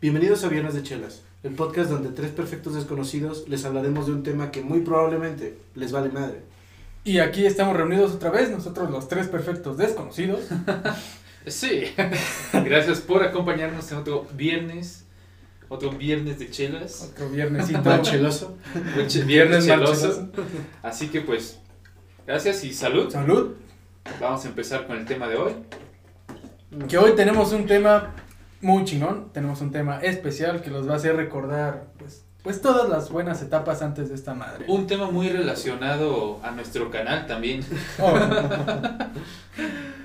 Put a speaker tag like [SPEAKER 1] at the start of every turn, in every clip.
[SPEAKER 1] Bienvenidos a Viernes de Chelas, el podcast donde tres perfectos desconocidos les hablaremos de un tema que muy probablemente les vale madre.
[SPEAKER 2] Y aquí estamos reunidos otra vez, nosotros los tres perfectos desconocidos.
[SPEAKER 3] Sí, gracias por acompañarnos en otro viernes, otro viernes de chelas,
[SPEAKER 2] Otro viernesito.
[SPEAKER 1] Tan cheloso.
[SPEAKER 3] un che-
[SPEAKER 2] Viernes
[SPEAKER 3] viernes
[SPEAKER 2] marchoso.
[SPEAKER 3] cheloso. Así que pues, gracias y salud.
[SPEAKER 2] Salud.
[SPEAKER 3] Vamos a empezar con el tema de hoy.
[SPEAKER 2] Que hoy tenemos un tema muy chingón, tenemos un tema especial que los va a hacer recordar pues, pues todas las buenas etapas antes de esta madre.
[SPEAKER 3] Un tema muy relacionado a nuestro canal también,
[SPEAKER 2] Oh,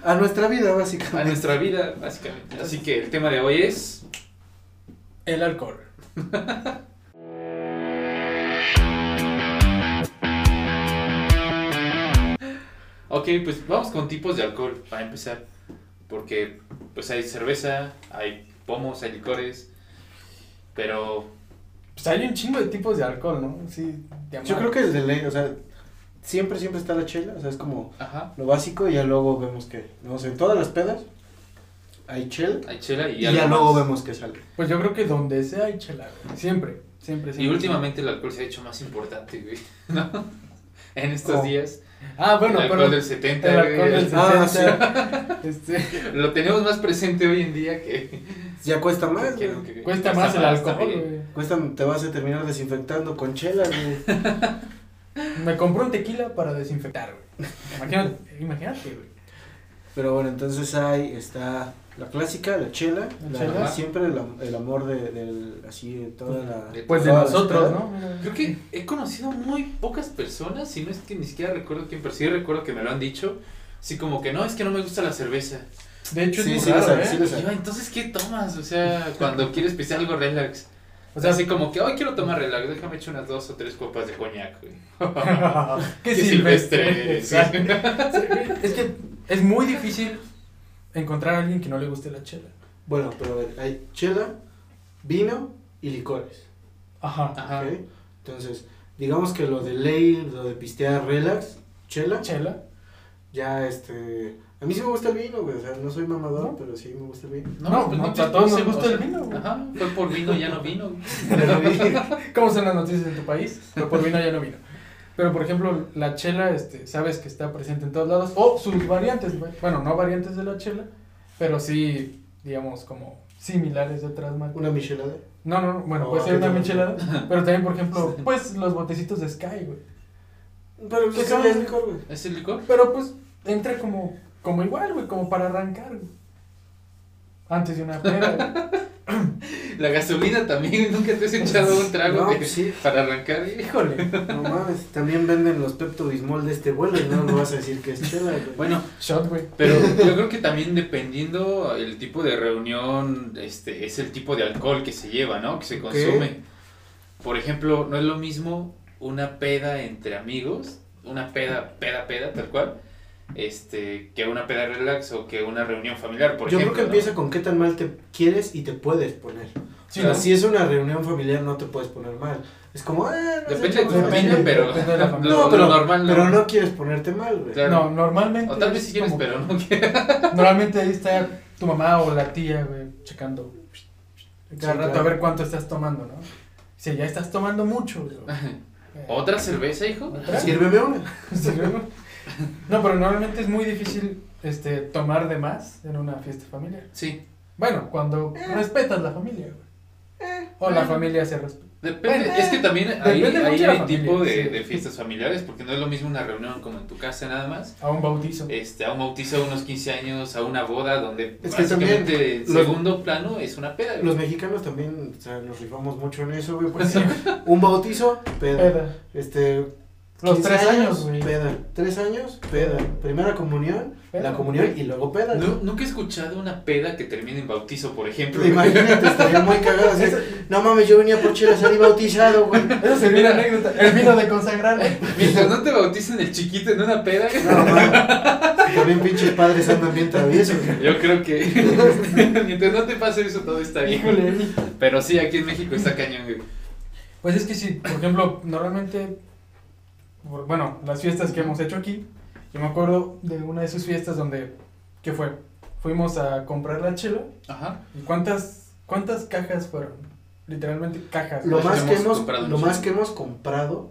[SPEAKER 1] A nuestra vida,
[SPEAKER 3] a
[SPEAKER 1] básicamente.
[SPEAKER 3] nuestra vida básicamente. Así que el tema de hoy es...
[SPEAKER 2] el alcohol.
[SPEAKER 3] Ok, pues vamos con tipos de alcohol para empezar. Porque pues hay cerveza, hay pomos, hay licores. Pero
[SPEAKER 2] Pues hay un chingo de tipos de alcohol, ¿no? Sí, de
[SPEAKER 1] Yo
[SPEAKER 2] amar.
[SPEAKER 1] creo que es de ley, o sea, siempre, siempre está la chela, o sea, es como
[SPEAKER 3] Ajá.
[SPEAKER 1] lo básico y ya luego vemos que, no sé, en todas las pedas hay chela
[SPEAKER 3] Hay chela y,
[SPEAKER 1] y, ya
[SPEAKER 3] algo
[SPEAKER 1] luego
[SPEAKER 3] más.
[SPEAKER 1] vemos que sale.
[SPEAKER 2] Pues yo creo que donde sea hay chela, güey. Siempre, siempre, siempre.
[SPEAKER 3] Y últimamente el alcohol se ha hecho más importante, güey. ¿No? En estos
[SPEAKER 1] Oh.
[SPEAKER 3] días.
[SPEAKER 2] Ah, bueno,
[SPEAKER 3] el alcohol
[SPEAKER 2] pero
[SPEAKER 3] del
[SPEAKER 2] el
[SPEAKER 3] 70,
[SPEAKER 2] alcohol
[SPEAKER 3] güey,
[SPEAKER 2] del
[SPEAKER 1] Ah,
[SPEAKER 2] 70, este,
[SPEAKER 3] Lo tenemos más presente hoy en día que.
[SPEAKER 1] Ya cuesta más,
[SPEAKER 3] que
[SPEAKER 1] güey.
[SPEAKER 3] nunca, güey.
[SPEAKER 2] cuesta más el alcohol,
[SPEAKER 3] también.
[SPEAKER 2] güey.
[SPEAKER 1] Cuesta, te vas a terminar desinfectando con chela, güey.
[SPEAKER 2] Me compré un tequila para desinfectar, güey. Imagínate, imagínate, güey.
[SPEAKER 1] Pero bueno, entonces hay, está la clásica, la chela,
[SPEAKER 2] La
[SPEAKER 1] la-
[SPEAKER 2] chela.
[SPEAKER 1] siempre el, am- el amor de, del, así, de toda la...
[SPEAKER 3] De-
[SPEAKER 2] Pues de
[SPEAKER 1] toda la
[SPEAKER 2] nosotros,
[SPEAKER 1] ciudad.
[SPEAKER 2] ¿no?
[SPEAKER 3] Creo que he conocido muy pocas personas, si no es que ni siquiera recuerdo quién, pero sí recuerdo que me lo han dicho. Así como que no, es que no me gusta la cerveza.
[SPEAKER 2] De hecho,
[SPEAKER 1] Sí,
[SPEAKER 2] es
[SPEAKER 1] sí,
[SPEAKER 2] muy raro,
[SPEAKER 1] lo sé, sí
[SPEAKER 2] ¿eh?
[SPEAKER 1] lo
[SPEAKER 3] Y yo, entonces, ¿qué tomas? O sea, cuando quieres pisar algo relax.
[SPEAKER 2] O
[SPEAKER 3] O
[SPEAKER 2] sea,
[SPEAKER 3] sea, así como que hoy quiero tomar relax, déjame echar unas dos o tres copas de coñac, güey.
[SPEAKER 2] Qué
[SPEAKER 3] Qué silvestre eres.
[SPEAKER 2] Exacto. Sí, güey. Es que es muy difícil encontrar a alguien que no le guste la chela.
[SPEAKER 1] Bueno, pero a ver, hay chela, vino y licores.
[SPEAKER 2] Ajá.
[SPEAKER 3] Ajá.
[SPEAKER 1] ¿ok? Entonces, digamos que lo de ley, lo de pistear relax, chela,
[SPEAKER 2] Chela.
[SPEAKER 1] ya este... A mí sí me gusta el vino, güey, o sea, no soy mamador,
[SPEAKER 2] ¿No?
[SPEAKER 1] pero sí me gusta el vino.
[SPEAKER 2] No,
[SPEAKER 3] pues,
[SPEAKER 2] no, a todos nos gusta el vino, güey.
[SPEAKER 3] Ajá, fue por vino, ya no vino. güey.
[SPEAKER 1] Pero vi-
[SPEAKER 2] ¿Cómo son las noticias en tu país? Pero por vino ya no vino. Pero por ejemplo, la chela, este, sabes que está presente en todos lados. O sus variantes, güey. bueno, no variantes de la chela, pero sí, digamos, como similares de otras marcas.
[SPEAKER 1] Una michelada.
[SPEAKER 2] No, no, no, bueno,
[SPEAKER 1] No,
[SPEAKER 2] puede ser
[SPEAKER 1] aquí
[SPEAKER 2] una
[SPEAKER 1] también.
[SPEAKER 2] michelada, pero también, por ejemplo, pues los botecitos de Sky, güey.
[SPEAKER 1] Pero
[SPEAKER 2] ¿Qué
[SPEAKER 1] pues,
[SPEAKER 2] son?
[SPEAKER 1] ya es licor, güey.
[SPEAKER 3] ¿Es el licor?
[SPEAKER 2] Pero pues entra como, como igual, güey, como para arrancar, güey. Antes de una pera, güey.
[SPEAKER 3] La gasolina también, nunca te has echado un trago
[SPEAKER 1] No,
[SPEAKER 3] de-
[SPEAKER 1] pues sí.
[SPEAKER 3] para arrancar. güey?
[SPEAKER 2] Híjole.
[SPEAKER 1] No mames, también venden los Pepto Bismol de este vuelo y no me vas a decir que es chela, güey.
[SPEAKER 3] Bueno,
[SPEAKER 2] Shot, güey.
[SPEAKER 3] pero yo creo que también dependiendo el tipo de reunión, este, es el tipo de alcohol que se lleva, ¿no? Que se
[SPEAKER 1] Ok.
[SPEAKER 3] consume. Por ejemplo, no es lo mismo una peda entre amigos, una peda, peda, peda, tal cual, este, que una peda relax o que una reunión familiar, por
[SPEAKER 1] Yo creo
[SPEAKER 3] ejemplo.
[SPEAKER 1] que
[SPEAKER 3] ¿no?
[SPEAKER 1] empieza con qué tan mal te quieres y te puedes poner.
[SPEAKER 2] Sí,
[SPEAKER 1] o sea,
[SPEAKER 2] ¿no?
[SPEAKER 1] si es una reunión familiar no te puedes poner mal. Es como, ah, no
[SPEAKER 3] Depende
[SPEAKER 1] sé,
[SPEAKER 3] de tu
[SPEAKER 1] no sé,
[SPEAKER 3] familia,
[SPEAKER 1] no,
[SPEAKER 3] pero
[SPEAKER 2] Depende de la familia.
[SPEAKER 3] lo,
[SPEAKER 1] No, pero,
[SPEAKER 3] lo normal no.
[SPEAKER 1] pero no quieres ponerte mal, güey.
[SPEAKER 3] Claro.
[SPEAKER 2] No, normalmente.
[SPEAKER 3] O tal vez
[SPEAKER 2] es
[SPEAKER 3] si quieres,
[SPEAKER 2] como-
[SPEAKER 3] pero no quieres.
[SPEAKER 2] Normalmente ahí está tu mamá o la tía, güey, checando. Cada
[SPEAKER 1] Sí,
[SPEAKER 2] rato
[SPEAKER 1] claro.
[SPEAKER 2] a ver cuánto estás tomando, ¿no? Si ya estás tomando mucho, güey. Eh,
[SPEAKER 3] ¿Otra cerveza, hijo?
[SPEAKER 2] ¿Otra?
[SPEAKER 1] Sírveme una.
[SPEAKER 2] Sí, luego. No, pero normalmente es muy difícil este, tomar de más en una fiesta familiar.
[SPEAKER 3] Sí.
[SPEAKER 2] Bueno, cuando respetas la familia, güey. O la
[SPEAKER 3] bueno.
[SPEAKER 2] familia se respeta.
[SPEAKER 3] Depende,
[SPEAKER 2] Bueno,
[SPEAKER 3] es que también ahí,
[SPEAKER 2] depende
[SPEAKER 3] ahí
[SPEAKER 2] mucho de la
[SPEAKER 3] hay tipo
[SPEAKER 2] familia,
[SPEAKER 3] de,
[SPEAKER 2] sí.
[SPEAKER 3] de fiestas familiares, porque no es lo mismo una reunión como en tu casa nada más,
[SPEAKER 2] A un bautizo.
[SPEAKER 1] Eh.
[SPEAKER 3] este, a un bautizo, a unos 15 años, a una boda, donde
[SPEAKER 1] Es que
[SPEAKER 3] básicamente
[SPEAKER 1] también
[SPEAKER 3] el
[SPEAKER 1] los-
[SPEAKER 3] segundo plano es una peda.
[SPEAKER 1] Los mexicanos también, o sea, nos rifamos mucho en eso, güey. Porque un bautizo, peda.
[SPEAKER 2] Peda.
[SPEAKER 1] Este.
[SPEAKER 2] Los
[SPEAKER 1] 15
[SPEAKER 2] tres años, güey.
[SPEAKER 1] Peda. Tres años, peda. Primera comunión,
[SPEAKER 2] Peda.
[SPEAKER 1] la comunión y luego peda.
[SPEAKER 3] Nu- Nunca he escuchado una peda que termine en bautizo, por ejemplo.
[SPEAKER 1] Imagínate, estaría muy cagado. así, no mames, yo venía por chelas salí bautizado, güey.
[SPEAKER 2] Eso sería una anécdota. El vino de consagrar. güey.
[SPEAKER 3] Mientras no te bauticen el chiquito en una peda,
[SPEAKER 1] No, mames. También pinches padres andan bien traviesos. güey.
[SPEAKER 3] yo creo que mientras no te pase eso todo está bien.
[SPEAKER 2] Híjole.
[SPEAKER 3] Pero sí, aquí en México está cañón. güey.
[SPEAKER 2] Pues es que sí, por ejemplo, normalmente, por- bueno, las fiestas que hemos hecho aquí, yo me acuerdo de una de sus fiestas donde, ¿qué fue? Fuimos a comprar la chela
[SPEAKER 3] Ajá.
[SPEAKER 2] y cuántas ¿Cuántas cajas fueron? Literalmente cajas.
[SPEAKER 1] Lo
[SPEAKER 2] güey.
[SPEAKER 1] más que
[SPEAKER 3] hemos
[SPEAKER 1] hemos,
[SPEAKER 3] comprado
[SPEAKER 1] lo
[SPEAKER 3] mucho.
[SPEAKER 1] más que hemos comprado,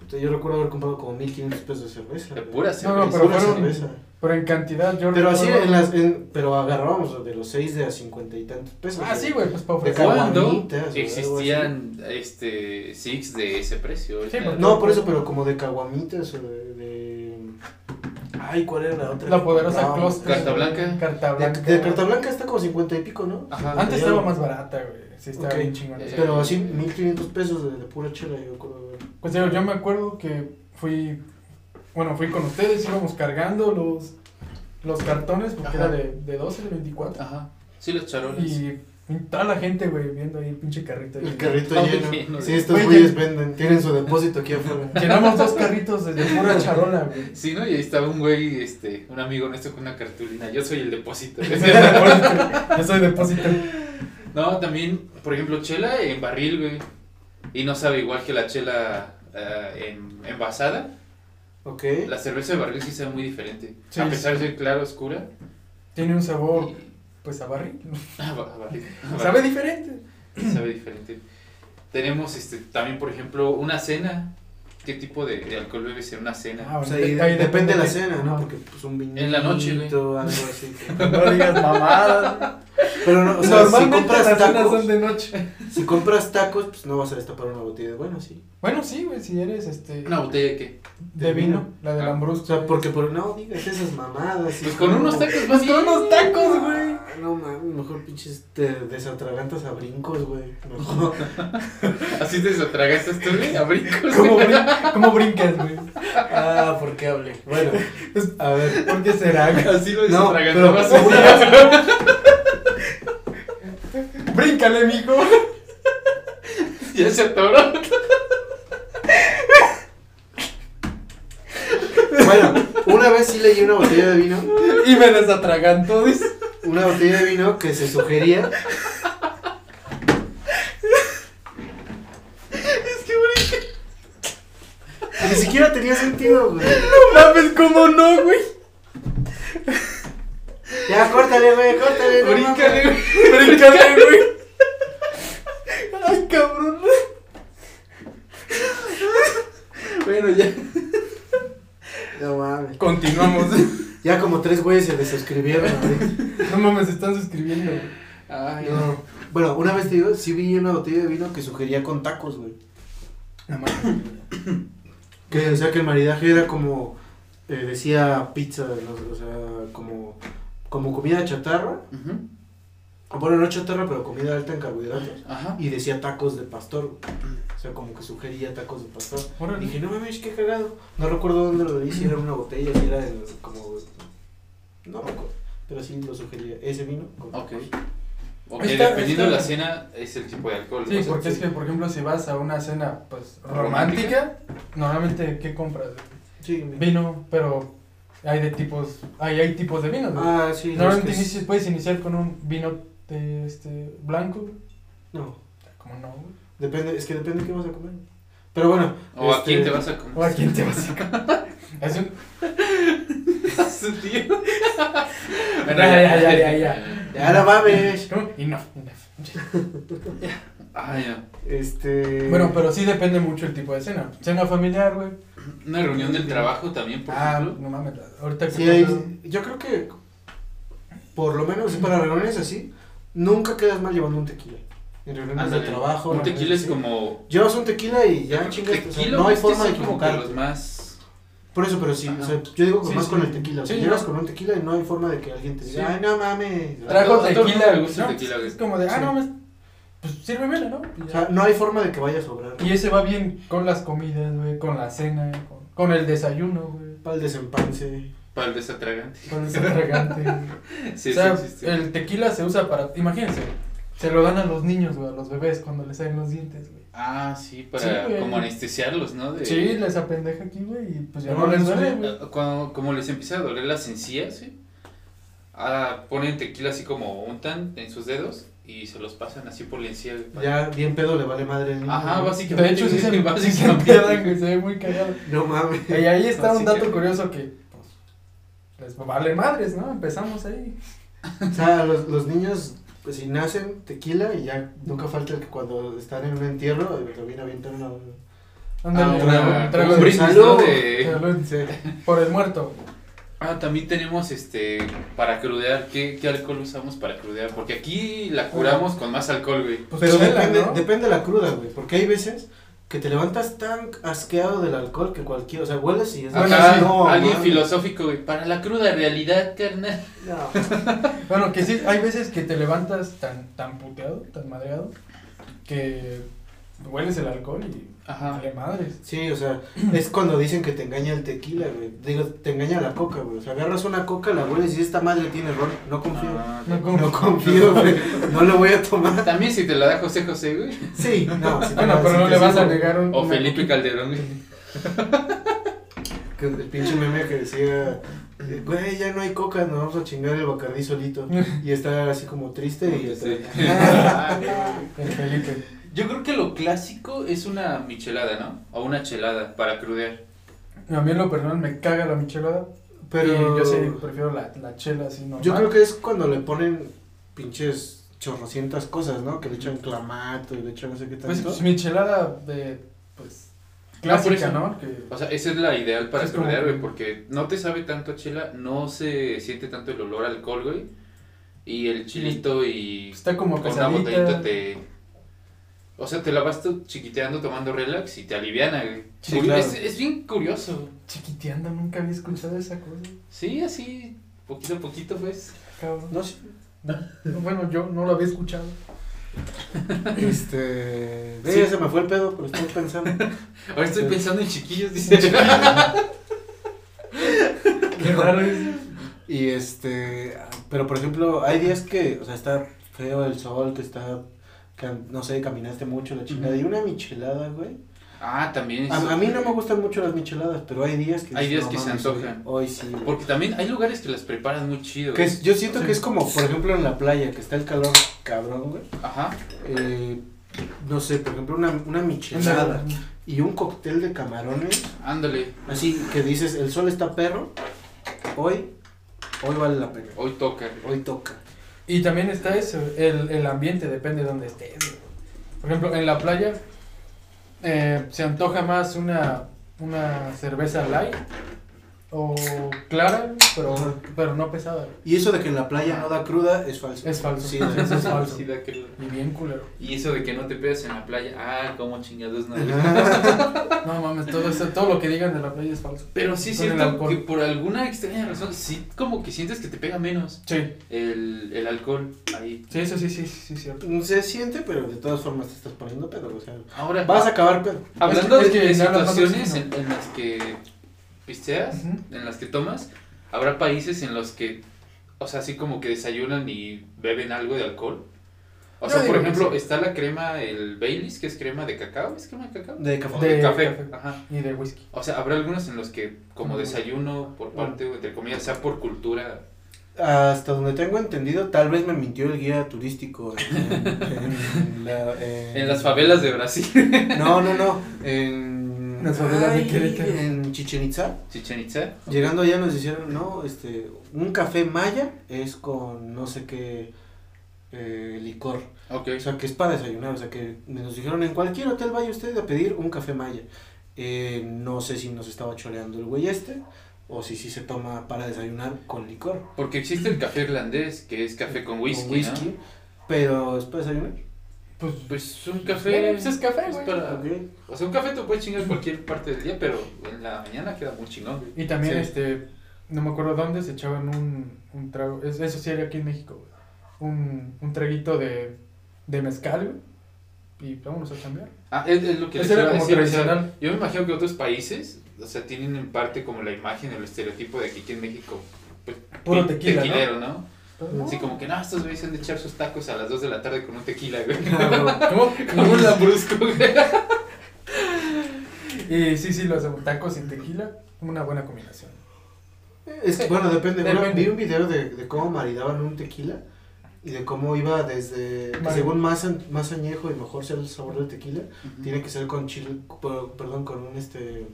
[SPEAKER 1] puta, yo recuerdo haber comprado como 1500 pesos de cerveza.
[SPEAKER 3] De
[SPEAKER 1] güey.
[SPEAKER 2] No, no,
[SPEAKER 3] pura cerveza.
[SPEAKER 2] pero
[SPEAKER 1] Pura
[SPEAKER 2] fueron-
[SPEAKER 1] cerveza.
[SPEAKER 2] Pero en cantidad, yo
[SPEAKER 1] Pero así,
[SPEAKER 2] recuerdo-
[SPEAKER 1] en las, en- pero agarrábamos de los 6 de a 50 y tantos pesos.
[SPEAKER 2] Ah, sí, güey, pues para
[SPEAKER 1] De
[SPEAKER 2] ofrecer.
[SPEAKER 1] cada-
[SPEAKER 3] ¿Cuándo
[SPEAKER 1] caguamitas, güey,
[SPEAKER 3] existían este six de ese precio? Ahorita-
[SPEAKER 2] Sí, pues,
[SPEAKER 1] No, por eso, pero como de caguamitas o de, de- Ay, ¿cuál era la otra?
[SPEAKER 2] La poderosa
[SPEAKER 1] No,
[SPEAKER 2] Cluster.
[SPEAKER 3] Carta Blanca.
[SPEAKER 2] Carta
[SPEAKER 1] De,
[SPEAKER 2] Blanca.
[SPEAKER 1] de Carta Blanca está como 50 y pico, ¿no?
[SPEAKER 3] Ajá.
[SPEAKER 2] Antes estaba más barata, güey. Sí, estaba
[SPEAKER 1] Ok.
[SPEAKER 2] bien chingona.
[SPEAKER 3] Eh,
[SPEAKER 1] Pero así, 1500 pesos de, de pura chela, yo recuerdo. güey.
[SPEAKER 2] Pues digo, yo me acuerdo que fui, bueno, fui con ustedes, íbamos cargando los, los cartones, porque era
[SPEAKER 3] Ajá.
[SPEAKER 2] de, de 12, de
[SPEAKER 1] Ah,
[SPEAKER 2] 24.
[SPEAKER 3] Ajá. Sí, los charoles.
[SPEAKER 2] Y toda la gente, güey, viendo ahí el pinche carrito.
[SPEAKER 1] El
[SPEAKER 2] Y-
[SPEAKER 1] carrito
[SPEAKER 3] Está
[SPEAKER 1] lleno.
[SPEAKER 3] lleno,
[SPEAKER 1] Sí,
[SPEAKER 3] güey.
[SPEAKER 1] estos
[SPEAKER 2] Oye.
[SPEAKER 1] güeyes venden. Tienen su depósito aquí afuera.
[SPEAKER 2] Llenamos dos carritos de pura charola, güey.
[SPEAKER 3] Sí, ¿no? Y ahí estaba un güey, este, un amigo nuestro con una cartulina. Yo soy el depósito.
[SPEAKER 2] Yo soy depósito. Yo soy depósito.
[SPEAKER 3] no, también, por ejemplo, chela en barril, güey. Y no sabe igual que la chela eh, en, envasada.
[SPEAKER 1] Ok.
[SPEAKER 3] La cerveza de barril sí sabe muy diferente.
[SPEAKER 2] Sí,
[SPEAKER 3] a pesar de ser clara, oscura.
[SPEAKER 2] Tiene un sabor,
[SPEAKER 3] y-
[SPEAKER 2] pues, a barril.
[SPEAKER 3] a ba- a barril. A
[SPEAKER 2] Sabe diferente.
[SPEAKER 3] barril, sabe diferente. Tenemos este, también, por ejemplo, una cena. ¿Qué tipo de, de alcohol bebes en una cena?
[SPEAKER 1] O sea, ahí
[SPEAKER 2] Ah, ahí
[SPEAKER 1] depende de la
[SPEAKER 2] qué-
[SPEAKER 1] cena,
[SPEAKER 2] Ah.
[SPEAKER 1] ¿no? Porque pues un vinito.
[SPEAKER 3] En la noche, güey.
[SPEAKER 1] Algo así.
[SPEAKER 2] No digas mamadas.
[SPEAKER 1] Pero no, o sea, si
[SPEAKER 2] Normalmente
[SPEAKER 1] compras
[SPEAKER 2] las cenas
[SPEAKER 1] tacos,
[SPEAKER 2] son de noche.
[SPEAKER 1] si compras tacos, pues no vas a destapar una botella de bueno, sí.
[SPEAKER 2] Bueno, sí, güey, si eres este
[SPEAKER 3] ¿Una botella de qué?
[SPEAKER 2] de vino, la del
[SPEAKER 3] Ah,
[SPEAKER 1] O
[SPEAKER 2] Ambrusco.
[SPEAKER 1] sea, porque por no digas esas mamadas.
[SPEAKER 3] Pues
[SPEAKER 1] hijo.
[SPEAKER 3] con unos tacos más bien.
[SPEAKER 2] Con unos tacos, güey.
[SPEAKER 1] Ah, No mames, mejor pinches te desatragantas a brincos, güey. No.
[SPEAKER 3] Así te desatragaste tú, güey, a brincos.
[SPEAKER 2] ¿Cómo, brin- cómo brincas, güey?
[SPEAKER 1] ah, ¿por qué hablé? Bueno, a ver.
[SPEAKER 2] ¿Por qué será? güey?
[SPEAKER 3] Así lo
[SPEAKER 1] No, pero
[SPEAKER 3] desatragantabas.
[SPEAKER 2] Bríncale, mijo.
[SPEAKER 3] Ya se atoró.
[SPEAKER 1] bueno, una vez sí leí una botella de vino,
[SPEAKER 2] Y me desatragantó, dice.
[SPEAKER 1] una botella de vino que se sugería
[SPEAKER 3] Es que brinca.
[SPEAKER 1] Ni siquiera tenía sentido, güey.
[SPEAKER 2] No mames, ¿cómo no, güey?
[SPEAKER 1] Ya, córtale, güey, córtale. no
[SPEAKER 3] Bríncale,
[SPEAKER 1] mames.
[SPEAKER 3] güey.
[SPEAKER 2] Bríncale, güey. Ay, cabrón.
[SPEAKER 3] Bueno, ya.
[SPEAKER 1] No mames.
[SPEAKER 2] Continuamos.
[SPEAKER 1] Ya como tres güeyes se desuscribieron, güey.
[SPEAKER 2] No mames, se están suscribiendo. güey.
[SPEAKER 3] Ay,
[SPEAKER 1] No. Bueno, una vez te digo, sí vi una botella de vino que sugería con tacos, güey.
[SPEAKER 2] No mames.
[SPEAKER 1] Que, o sea, que el maridaje era como, eh, decía pizza, ¿no? o sea, como, como comida chatarra.
[SPEAKER 3] Ujú.
[SPEAKER 1] Bueno, no chatarra, pero comida alta en carbohidratos.
[SPEAKER 3] Ajá.
[SPEAKER 1] Y decía tacos de pastor, güey. O sea, como que sugería tacos de pastor.
[SPEAKER 2] Órale.
[SPEAKER 1] Dije, no mames, qué cagado. No recuerdo dónde lo leí, si era una botella, si era en- como... No me acuerdo. Pero sí lo sugería. Ese vino. con-
[SPEAKER 3] Ok. Ok,
[SPEAKER 2] Está-
[SPEAKER 3] dependiendo
[SPEAKER 2] está-
[SPEAKER 3] de la cena, es el tipo de alcohol.
[SPEAKER 2] Sí,
[SPEAKER 3] O sea,
[SPEAKER 2] Pues, porque es que, por ejemplo, si vas a una cena, pues, romántica,
[SPEAKER 3] ¿Romántica?
[SPEAKER 2] normalmente, ¿qué compras? güey?
[SPEAKER 1] Sí, mi-
[SPEAKER 2] Vino, pero hay de tipos, hay, hay tipos de vinos, güey.
[SPEAKER 1] Ah, sí. no, es
[SPEAKER 2] normalmente
[SPEAKER 1] que es-
[SPEAKER 2] inici- puedes iniciar con un vino de, este, blanco, güey.
[SPEAKER 1] No,
[SPEAKER 2] ¿cómo no? güey?
[SPEAKER 1] depende, es que depende de qué vas a comer. Pero bueno.
[SPEAKER 3] O a
[SPEAKER 1] este,
[SPEAKER 3] quién te vas a
[SPEAKER 2] ¿O a
[SPEAKER 3] comer.
[SPEAKER 2] quién te vas a Es un...
[SPEAKER 3] A su tío. Bueno,
[SPEAKER 2] Ya, ya, ya, ya, ya.
[SPEAKER 1] Ya la mames.
[SPEAKER 2] ¿Cómo? Y no, y no.
[SPEAKER 3] Ay, ya.
[SPEAKER 1] Este...
[SPEAKER 2] Bueno, pero sí depende mucho el tipo de cena. Cena familiar, güey.
[SPEAKER 3] Una reunión del trabajo también, por
[SPEAKER 2] Ah,
[SPEAKER 3] ejemplo.
[SPEAKER 2] no mames, ahorita que...
[SPEAKER 1] Sí, hay- yo creo que, por lo menos para reuniones así, nunca quedas mal llevando un tequila. En reuniones
[SPEAKER 3] Ándale.
[SPEAKER 1] de trabajo.
[SPEAKER 3] Un
[SPEAKER 1] reuniones
[SPEAKER 3] tequila es
[SPEAKER 1] así.
[SPEAKER 3] como.
[SPEAKER 1] Llevas un tequila y ya chingas.
[SPEAKER 2] pues,
[SPEAKER 1] o sea,
[SPEAKER 3] Tequila,
[SPEAKER 1] no hay
[SPEAKER 3] es que
[SPEAKER 1] forma de
[SPEAKER 3] son como que
[SPEAKER 1] equivocarte.
[SPEAKER 3] los más.
[SPEAKER 1] Por eso, pero sí, o
[SPEAKER 3] Ajá.
[SPEAKER 1] sea, yo digo que
[SPEAKER 2] Sí,
[SPEAKER 1] más
[SPEAKER 2] sí.
[SPEAKER 1] con el tequila. O sea,
[SPEAKER 2] Sí,
[SPEAKER 1] llegas
[SPEAKER 2] ¿no?
[SPEAKER 1] con un tequila y no hay forma de que alguien te diga,
[SPEAKER 2] Sí.
[SPEAKER 1] ay, no mames.
[SPEAKER 3] Tra-
[SPEAKER 2] Trajo
[SPEAKER 3] A todo- a todo el mundo
[SPEAKER 2] tequila,
[SPEAKER 3] le gusta el
[SPEAKER 2] ¿no?
[SPEAKER 3] tequila, güey.
[SPEAKER 2] Es como de, ah,
[SPEAKER 1] Sí.
[SPEAKER 2] no, pues, pues sírvemela, ¿no? Y
[SPEAKER 1] O
[SPEAKER 2] ya.
[SPEAKER 1] sea, no hay forma de que vaya a sobrar.
[SPEAKER 2] Y ese va bien con las comidas, güey, con la cena, con, con el desayuno, güey,
[SPEAKER 1] Para el desempance.
[SPEAKER 3] Para el desatragante.
[SPEAKER 2] con el cargante.
[SPEAKER 3] Sí,
[SPEAKER 2] o sea,
[SPEAKER 3] sí, existe.
[SPEAKER 2] el tequila se usa para, imagínense, se lo dan a los niños, güey, a los bebés cuando les salen los dientes, güey.
[SPEAKER 3] Ah, sí, para
[SPEAKER 2] Sí, güey.
[SPEAKER 3] como anestesiarlos, ¿no? De-
[SPEAKER 2] Sí, les apendeja aquí, güey, y pues ya
[SPEAKER 1] No,
[SPEAKER 2] no, les
[SPEAKER 1] no sé.
[SPEAKER 2] duele, güey.
[SPEAKER 3] Ah, Cuando, como les empieza a doler las encías, ¿sí? Ah, ponen tequila así como untan en sus dedos y se los pasan así por la encía. güey, para- Ah,
[SPEAKER 1] Ya bien pedo le vale madre. al niño,
[SPEAKER 3] Ajá,
[SPEAKER 1] güey.
[SPEAKER 3] básicamente.
[SPEAKER 2] De hecho, sí se,
[SPEAKER 3] básicamente.
[SPEAKER 2] sí se empiezan, güey, se ve muy cagado.
[SPEAKER 1] No mames.
[SPEAKER 2] Y ahí está
[SPEAKER 3] Así
[SPEAKER 2] un dato
[SPEAKER 3] que-
[SPEAKER 2] curioso que, pues, les vale madres, ¿no? Empezamos ahí.
[SPEAKER 1] O sea, los, los niños pues si nacen tequila y ya nunca falta el que cuando están en un entierro eh, también avientan una...
[SPEAKER 2] Ándale,
[SPEAKER 1] Ah,
[SPEAKER 3] una-
[SPEAKER 2] un trago
[SPEAKER 3] un
[SPEAKER 2] de
[SPEAKER 3] brindis,
[SPEAKER 2] salud,
[SPEAKER 3] ¿no? de-
[SPEAKER 2] salud,
[SPEAKER 1] Sí.
[SPEAKER 2] Por el muerto.
[SPEAKER 3] Ah, también tenemos este para crudear. ¿Qué, qué alcohol usamos para crudear? Porque aquí la curamos con más alcohol, güey.
[SPEAKER 2] Pues
[SPEAKER 1] Pero
[SPEAKER 2] chela,
[SPEAKER 1] depende,
[SPEAKER 2] ¿no?
[SPEAKER 1] depende de la cruda, güey, porque hay veces que te levantas tan asqueado del alcohol que cualquier, o sea, hueles y es...
[SPEAKER 2] Bueno,
[SPEAKER 3] Acá,
[SPEAKER 2] sí,
[SPEAKER 1] no,
[SPEAKER 3] alguien
[SPEAKER 1] mames.
[SPEAKER 3] filosófico, güey. Para la cruda realidad, carnal.
[SPEAKER 1] No.
[SPEAKER 2] Bueno, que sí, hay veces que te levantas tan, tan puteado, tan madreado, que hueles el alcohol y
[SPEAKER 3] Ajá.
[SPEAKER 2] vale madres.
[SPEAKER 1] Sí, o sea, es cuando dicen que te engaña el tequila, güey. Digo, te engaña la coca, güey. O sea, agarras una coca, la hueles y esta madre tiene ron. No confío.
[SPEAKER 3] Ah,
[SPEAKER 2] No
[SPEAKER 1] No
[SPEAKER 2] como-
[SPEAKER 1] confío, güey. No lo voy a tomar.
[SPEAKER 3] También si te la da José José, güey.
[SPEAKER 1] Sí, no. si te
[SPEAKER 2] Bueno,
[SPEAKER 1] la-
[SPEAKER 2] pero
[SPEAKER 1] si
[SPEAKER 2] no
[SPEAKER 1] te
[SPEAKER 2] le vas
[SPEAKER 1] sirvo,
[SPEAKER 2] a negar un.
[SPEAKER 3] O
[SPEAKER 2] una
[SPEAKER 3] Felipe
[SPEAKER 2] coquita.
[SPEAKER 3] Calderón, güey.
[SPEAKER 1] que El pinche meme que decía, eh, güey, ya no hay coca, nos vamos a chingar el bacardí solito. Y está así como triste y...
[SPEAKER 3] Sí.
[SPEAKER 2] El Felipe.
[SPEAKER 3] Yo creo que lo clásico es una michelada, ¿no? O una chelada para crudear.
[SPEAKER 2] A mí en lo personal me caga la michelada.
[SPEAKER 1] Pero
[SPEAKER 2] Y yo sí prefiero la, la chela así normal.
[SPEAKER 1] yo creo que es cuando le ponen pinches chorrocientas cosas, ¿no? Que le echan clamato y le echan no sé qué tanto.
[SPEAKER 2] Pues, pues, michelada de. Pues.
[SPEAKER 3] Ah, por
[SPEAKER 2] Clásica,
[SPEAKER 3] eso.
[SPEAKER 2] ¿no? Que,
[SPEAKER 3] O sea, esa es la ideal para
[SPEAKER 2] Es como-
[SPEAKER 3] crudear, güey, porque no te sabe tanto a chela, no se siente tanto el olor a alcohol, güey. Y el chilito y
[SPEAKER 2] está como
[SPEAKER 3] con una botellita
[SPEAKER 2] pesadita.
[SPEAKER 3] te... O sea, te la vas tú chiquiteando tomando relax y te aliviana, güey.
[SPEAKER 1] Sí,
[SPEAKER 3] Curi-
[SPEAKER 1] claro.
[SPEAKER 3] es, es bien curioso.
[SPEAKER 2] Chiquiteando, nunca había escuchado esa cosa.
[SPEAKER 3] Sí, así, poquito a poquito, pues.
[SPEAKER 2] Cabrón.
[SPEAKER 1] No sé.
[SPEAKER 2] Bueno, yo no lo había escuchado.
[SPEAKER 1] Este.
[SPEAKER 3] Sí.
[SPEAKER 1] Sí, se me fue el pedo, pero estoy pensando.
[SPEAKER 3] Ahora estoy pensando en chiquillos, dice.
[SPEAKER 2] Qué raro es.
[SPEAKER 1] y este. Pero por ejemplo, hay días que, o sea, está feo el sol, que está. que, no sé, caminaste mucho la chingada.
[SPEAKER 3] Ujú.
[SPEAKER 1] Y una michelada, güey.
[SPEAKER 3] ah, también es...
[SPEAKER 1] A, a mí no me gustan mucho las micheladas, pero hay días que.
[SPEAKER 3] Hay
[SPEAKER 1] dices,
[SPEAKER 3] días que
[SPEAKER 1] "No
[SPEAKER 3] se
[SPEAKER 1] mames, güey,
[SPEAKER 3] antojan".
[SPEAKER 1] Hoy sí. güey".
[SPEAKER 3] Porque también hay lugares que las preparan muy chido.
[SPEAKER 1] Que
[SPEAKER 3] güey.
[SPEAKER 1] es- yo siento
[SPEAKER 2] Sí.
[SPEAKER 1] que es como, por ejemplo, en la playa, que está el calor cabrón, güey.
[SPEAKER 3] Ajá.
[SPEAKER 1] Eh, no sé, por ejemplo, una, una michelada y un cóctel de camarones.
[SPEAKER 3] Ándale,
[SPEAKER 1] Así que dices, el sol está perro, hoy, hoy vale la pena,
[SPEAKER 3] hoy toca.
[SPEAKER 1] hoy toca.
[SPEAKER 2] Y también está eso, el, el ambiente, depende de dónde estés. güey. Por ejemplo, en la playa eh, se antoja más una, una cerveza light o clara, pero,
[SPEAKER 1] Ajá.
[SPEAKER 2] pero no pesada. güey.
[SPEAKER 1] Y eso de que en la playa no da cruda es falso.
[SPEAKER 2] Es falso.
[SPEAKER 1] Sí,
[SPEAKER 2] eso es falso.
[SPEAKER 3] Sí, da que-
[SPEAKER 2] Y bien culero.
[SPEAKER 3] Y eso de que no te pegas en la playa, ah, como chingados no.
[SPEAKER 2] No mames, todo eso, todo lo que digan de la playa es falso.
[SPEAKER 3] Pero sí es
[SPEAKER 2] Con el
[SPEAKER 3] cierto
[SPEAKER 2] alcohol.
[SPEAKER 3] que por alguna extraña razón, sí como que sientes que te pega menos
[SPEAKER 2] Sí,
[SPEAKER 3] el, el alcohol ahí.
[SPEAKER 2] sí, eso sí, sí, sí, sí, es cierto.
[SPEAKER 1] Se siente, pero de todas formas te estás poniendo pedo, o sea,
[SPEAKER 3] Ahora,
[SPEAKER 1] vas a acabar pedo.
[SPEAKER 3] hablando
[SPEAKER 2] es que-
[SPEAKER 3] de,
[SPEAKER 2] es que
[SPEAKER 3] de
[SPEAKER 2] nada más
[SPEAKER 3] situaciones
[SPEAKER 2] no.
[SPEAKER 3] en, en las que pisteas,
[SPEAKER 2] Ujú.
[SPEAKER 3] en las que tomas, habrá países en los que, o sea, así como que desayunan y beben algo de alcohol. O
[SPEAKER 2] Yo
[SPEAKER 3] sea, por
[SPEAKER 2] digo que
[SPEAKER 3] ejemplo,
[SPEAKER 2] sí.
[SPEAKER 3] está la crema, el Baileys, que es crema de cacao, ¿es crema de cacao?
[SPEAKER 1] De
[SPEAKER 3] O
[SPEAKER 1] café.
[SPEAKER 3] de,
[SPEAKER 2] De
[SPEAKER 3] café.
[SPEAKER 2] café.
[SPEAKER 3] Ajá.
[SPEAKER 2] Y de whisky.
[SPEAKER 3] O sea, habrá algunos en los que como
[SPEAKER 2] Mm.
[SPEAKER 3] desayuno por parte o entre comillas, sea por cultura.
[SPEAKER 1] Hasta donde tengo entendido, tal vez me mintió el guía turístico en, en la- en-
[SPEAKER 3] En las favelas de Brasil,
[SPEAKER 1] No, no, no, en...
[SPEAKER 2] Las favelas de
[SPEAKER 1] Ay,
[SPEAKER 2] Querétaro.
[SPEAKER 1] En Chichen Itza.
[SPEAKER 3] Chichen Itza.
[SPEAKER 1] Llegando allá nos dijeron, no, este, un café maya es con no sé qué eh, licor.
[SPEAKER 3] Ok.
[SPEAKER 1] O sea, que es para desayunar. O sea, que nos dijeron, en cualquier hotel vaya usted a pedir un café maya. Eh, no sé si nos estaba choreando el güey este o si sí se toma para desayunar con licor.
[SPEAKER 3] Porque existe el café irlandés, que es café con whisky.
[SPEAKER 1] Con whisky.
[SPEAKER 3] ¿no?
[SPEAKER 1] Pero es para desayunar.
[SPEAKER 2] Pues,
[SPEAKER 3] Pues un
[SPEAKER 2] eh,
[SPEAKER 3] café.
[SPEAKER 2] pues es café, güey.
[SPEAKER 3] para-
[SPEAKER 1] Ok.
[SPEAKER 3] O sea, un café te puedes chingar en cualquier parte del día, pero en la mañana queda muy chingón. güey.
[SPEAKER 2] Y también,
[SPEAKER 1] Sí.
[SPEAKER 2] este, no me acuerdo dónde, se echaban un, un trago, es- eso sí era aquí en México, güey. Un, un traguito de, de mezcal, güey. Y vámonos a cambiar.
[SPEAKER 3] Ah, es, es lo que les
[SPEAKER 2] Ese era
[SPEAKER 3] iba a
[SPEAKER 2] como
[SPEAKER 3] decir, o sea,
[SPEAKER 2] tradicional.
[SPEAKER 3] yo me imagino que otros países, o sea, tienen en parte como la imagen, el estereotipo de aquí que en México. pues,
[SPEAKER 2] Puro
[SPEAKER 3] te-
[SPEAKER 2] tequila, ¿no?
[SPEAKER 3] Tequilero, ¿no?
[SPEAKER 2] Pero-
[SPEAKER 3] Así como que no, estos güeyes han de echar sus tacos a las 2 de la tarde con un tequila, güey.
[SPEAKER 1] Claro.
[SPEAKER 2] ¿Cómo?
[SPEAKER 3] Con un lambrusco, güey.
[SPEAKER 2] Y sí, sí, los tacos sin tequila, una buena combinación.
[SPEAKER 1] Es que, bueno, depende.
[SPEAKER 2] Depende.
[SPEAKER 1] Bueno, vi un video de, de cómo maridaban un tequila y de cómo iba desde, que
[SPEAKER 2] Vale.
[SPEAKER 1] según más, an- más añejo y mejor sea el sabor del tequila, tiene que ser con chile, por- perdón, con un este,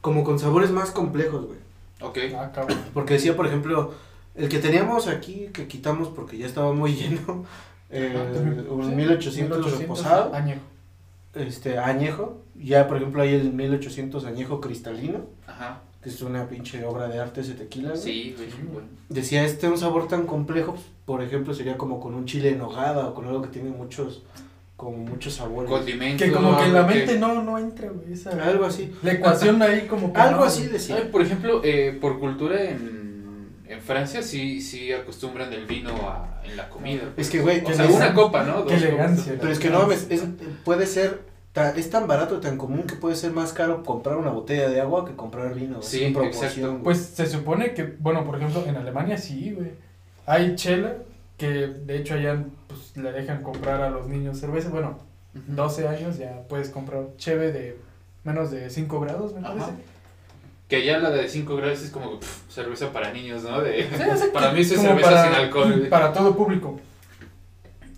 [SPEAKER 1] como con sabores más complejos, güey.
[SPEAKER 3] Ok.
[SPEAKER 2] Ah, cabrón.
[SPEAKER 1] Porque decía, por ejemplo, El que teníamos aquí, que quitamos porque ya estaba muy lleno, eh,
[SPEAKER 2] Ah,
[SPEAKER 1] un 1800, reposado,
[SPEAKER 2] Añejo.
[SPEAKER 1] este, añejo. Ya, por ejemplo, hay el 1800 añejo cristalino,
[SPEAKER 3] Ajá.
[SPEAKER 1] que es una pinche obra de arte ese tequila. güey.
[SPEAKER 3] Sí, güey, bueno.
[SPEAKER 1] Decía, este un sabor tan complejo, pues, por ejemplo, sería como con un chile en nogada o con algo que tiene muchos, como muchos sabores.
[SPEAKER 3] Condimentos.
[SPEAKER 2] Que como que en la
[SPEAKER 3] porque-
[SPEAKER 2] mente no, no entra, güey. esa-
[SPEAKER 1] Algo así.
[SPEAKER 2] La ecuación ahí como que
[SPEAKER 1] Algo
[SPEAKER 2] no,
[SPEAKER 1] así
[SPEAKER 2] güey.
[SPEAKER 3] Ay,
[SPEAKER 1] decía.
[SPEAKER 3] por ejemplo, eh, por cultura en, en Francia sí, sí acostumbran el vino a- en la comida. pues.
[SPEAKER 1] Es que, güey,
[SPEAKER 3] O
[SPEAKER 1] qué
[SPEAKER 3] sea,
[SPEAKER 1] elegancia.
[SPEAKER 3] una copa, ¿no?
[SPEAKER 2] Qué
[SPEAKER 3] Dos
[SPEAKER 2] elegancia.
[SPEAKER 3] copas.
[SPEAKER 1] Pero es que no mames, es, puede ser, ta- es tan barato, tan común que puede ser más caro comprar una botella de agua que comprar vino.
[SPEAKER 3] Sí,
[SPEAKER 1] en
[SPEAKER 3] exacto.
[SPEAKER 1] güey.
[SPEAKER 2] Pues se supone que, bueno, por ejemplo, en Alemania sí, güey. Hay chela que de hecho allá pues, le dejan comprar a los niños cerveza. Bueno,
[SPEAKER 3] Ujú.
[SPEAKER 2] 12 años ya puedes comprar cheve de menos de 5 grados, me
[SPEAKER 3] Ajá.
[SPEAKER 2] parece.
[SPEAKER 3] Que allá la de 5 grados es como pff, cerveza para niños, ¿no? De,
[SPEAKER 2] Sí, o sea,
[SPEAKER 3] para
[SPEAKER 2] que-
[SPEAKER 3] mí eso es
[SPEAKER 2] como
[SPEAKER 3] cerveza
[SPEAKER 2] para-
[SPEAKER 3] sin alcohol. güey.
[SPEAKER 2] Para todo público.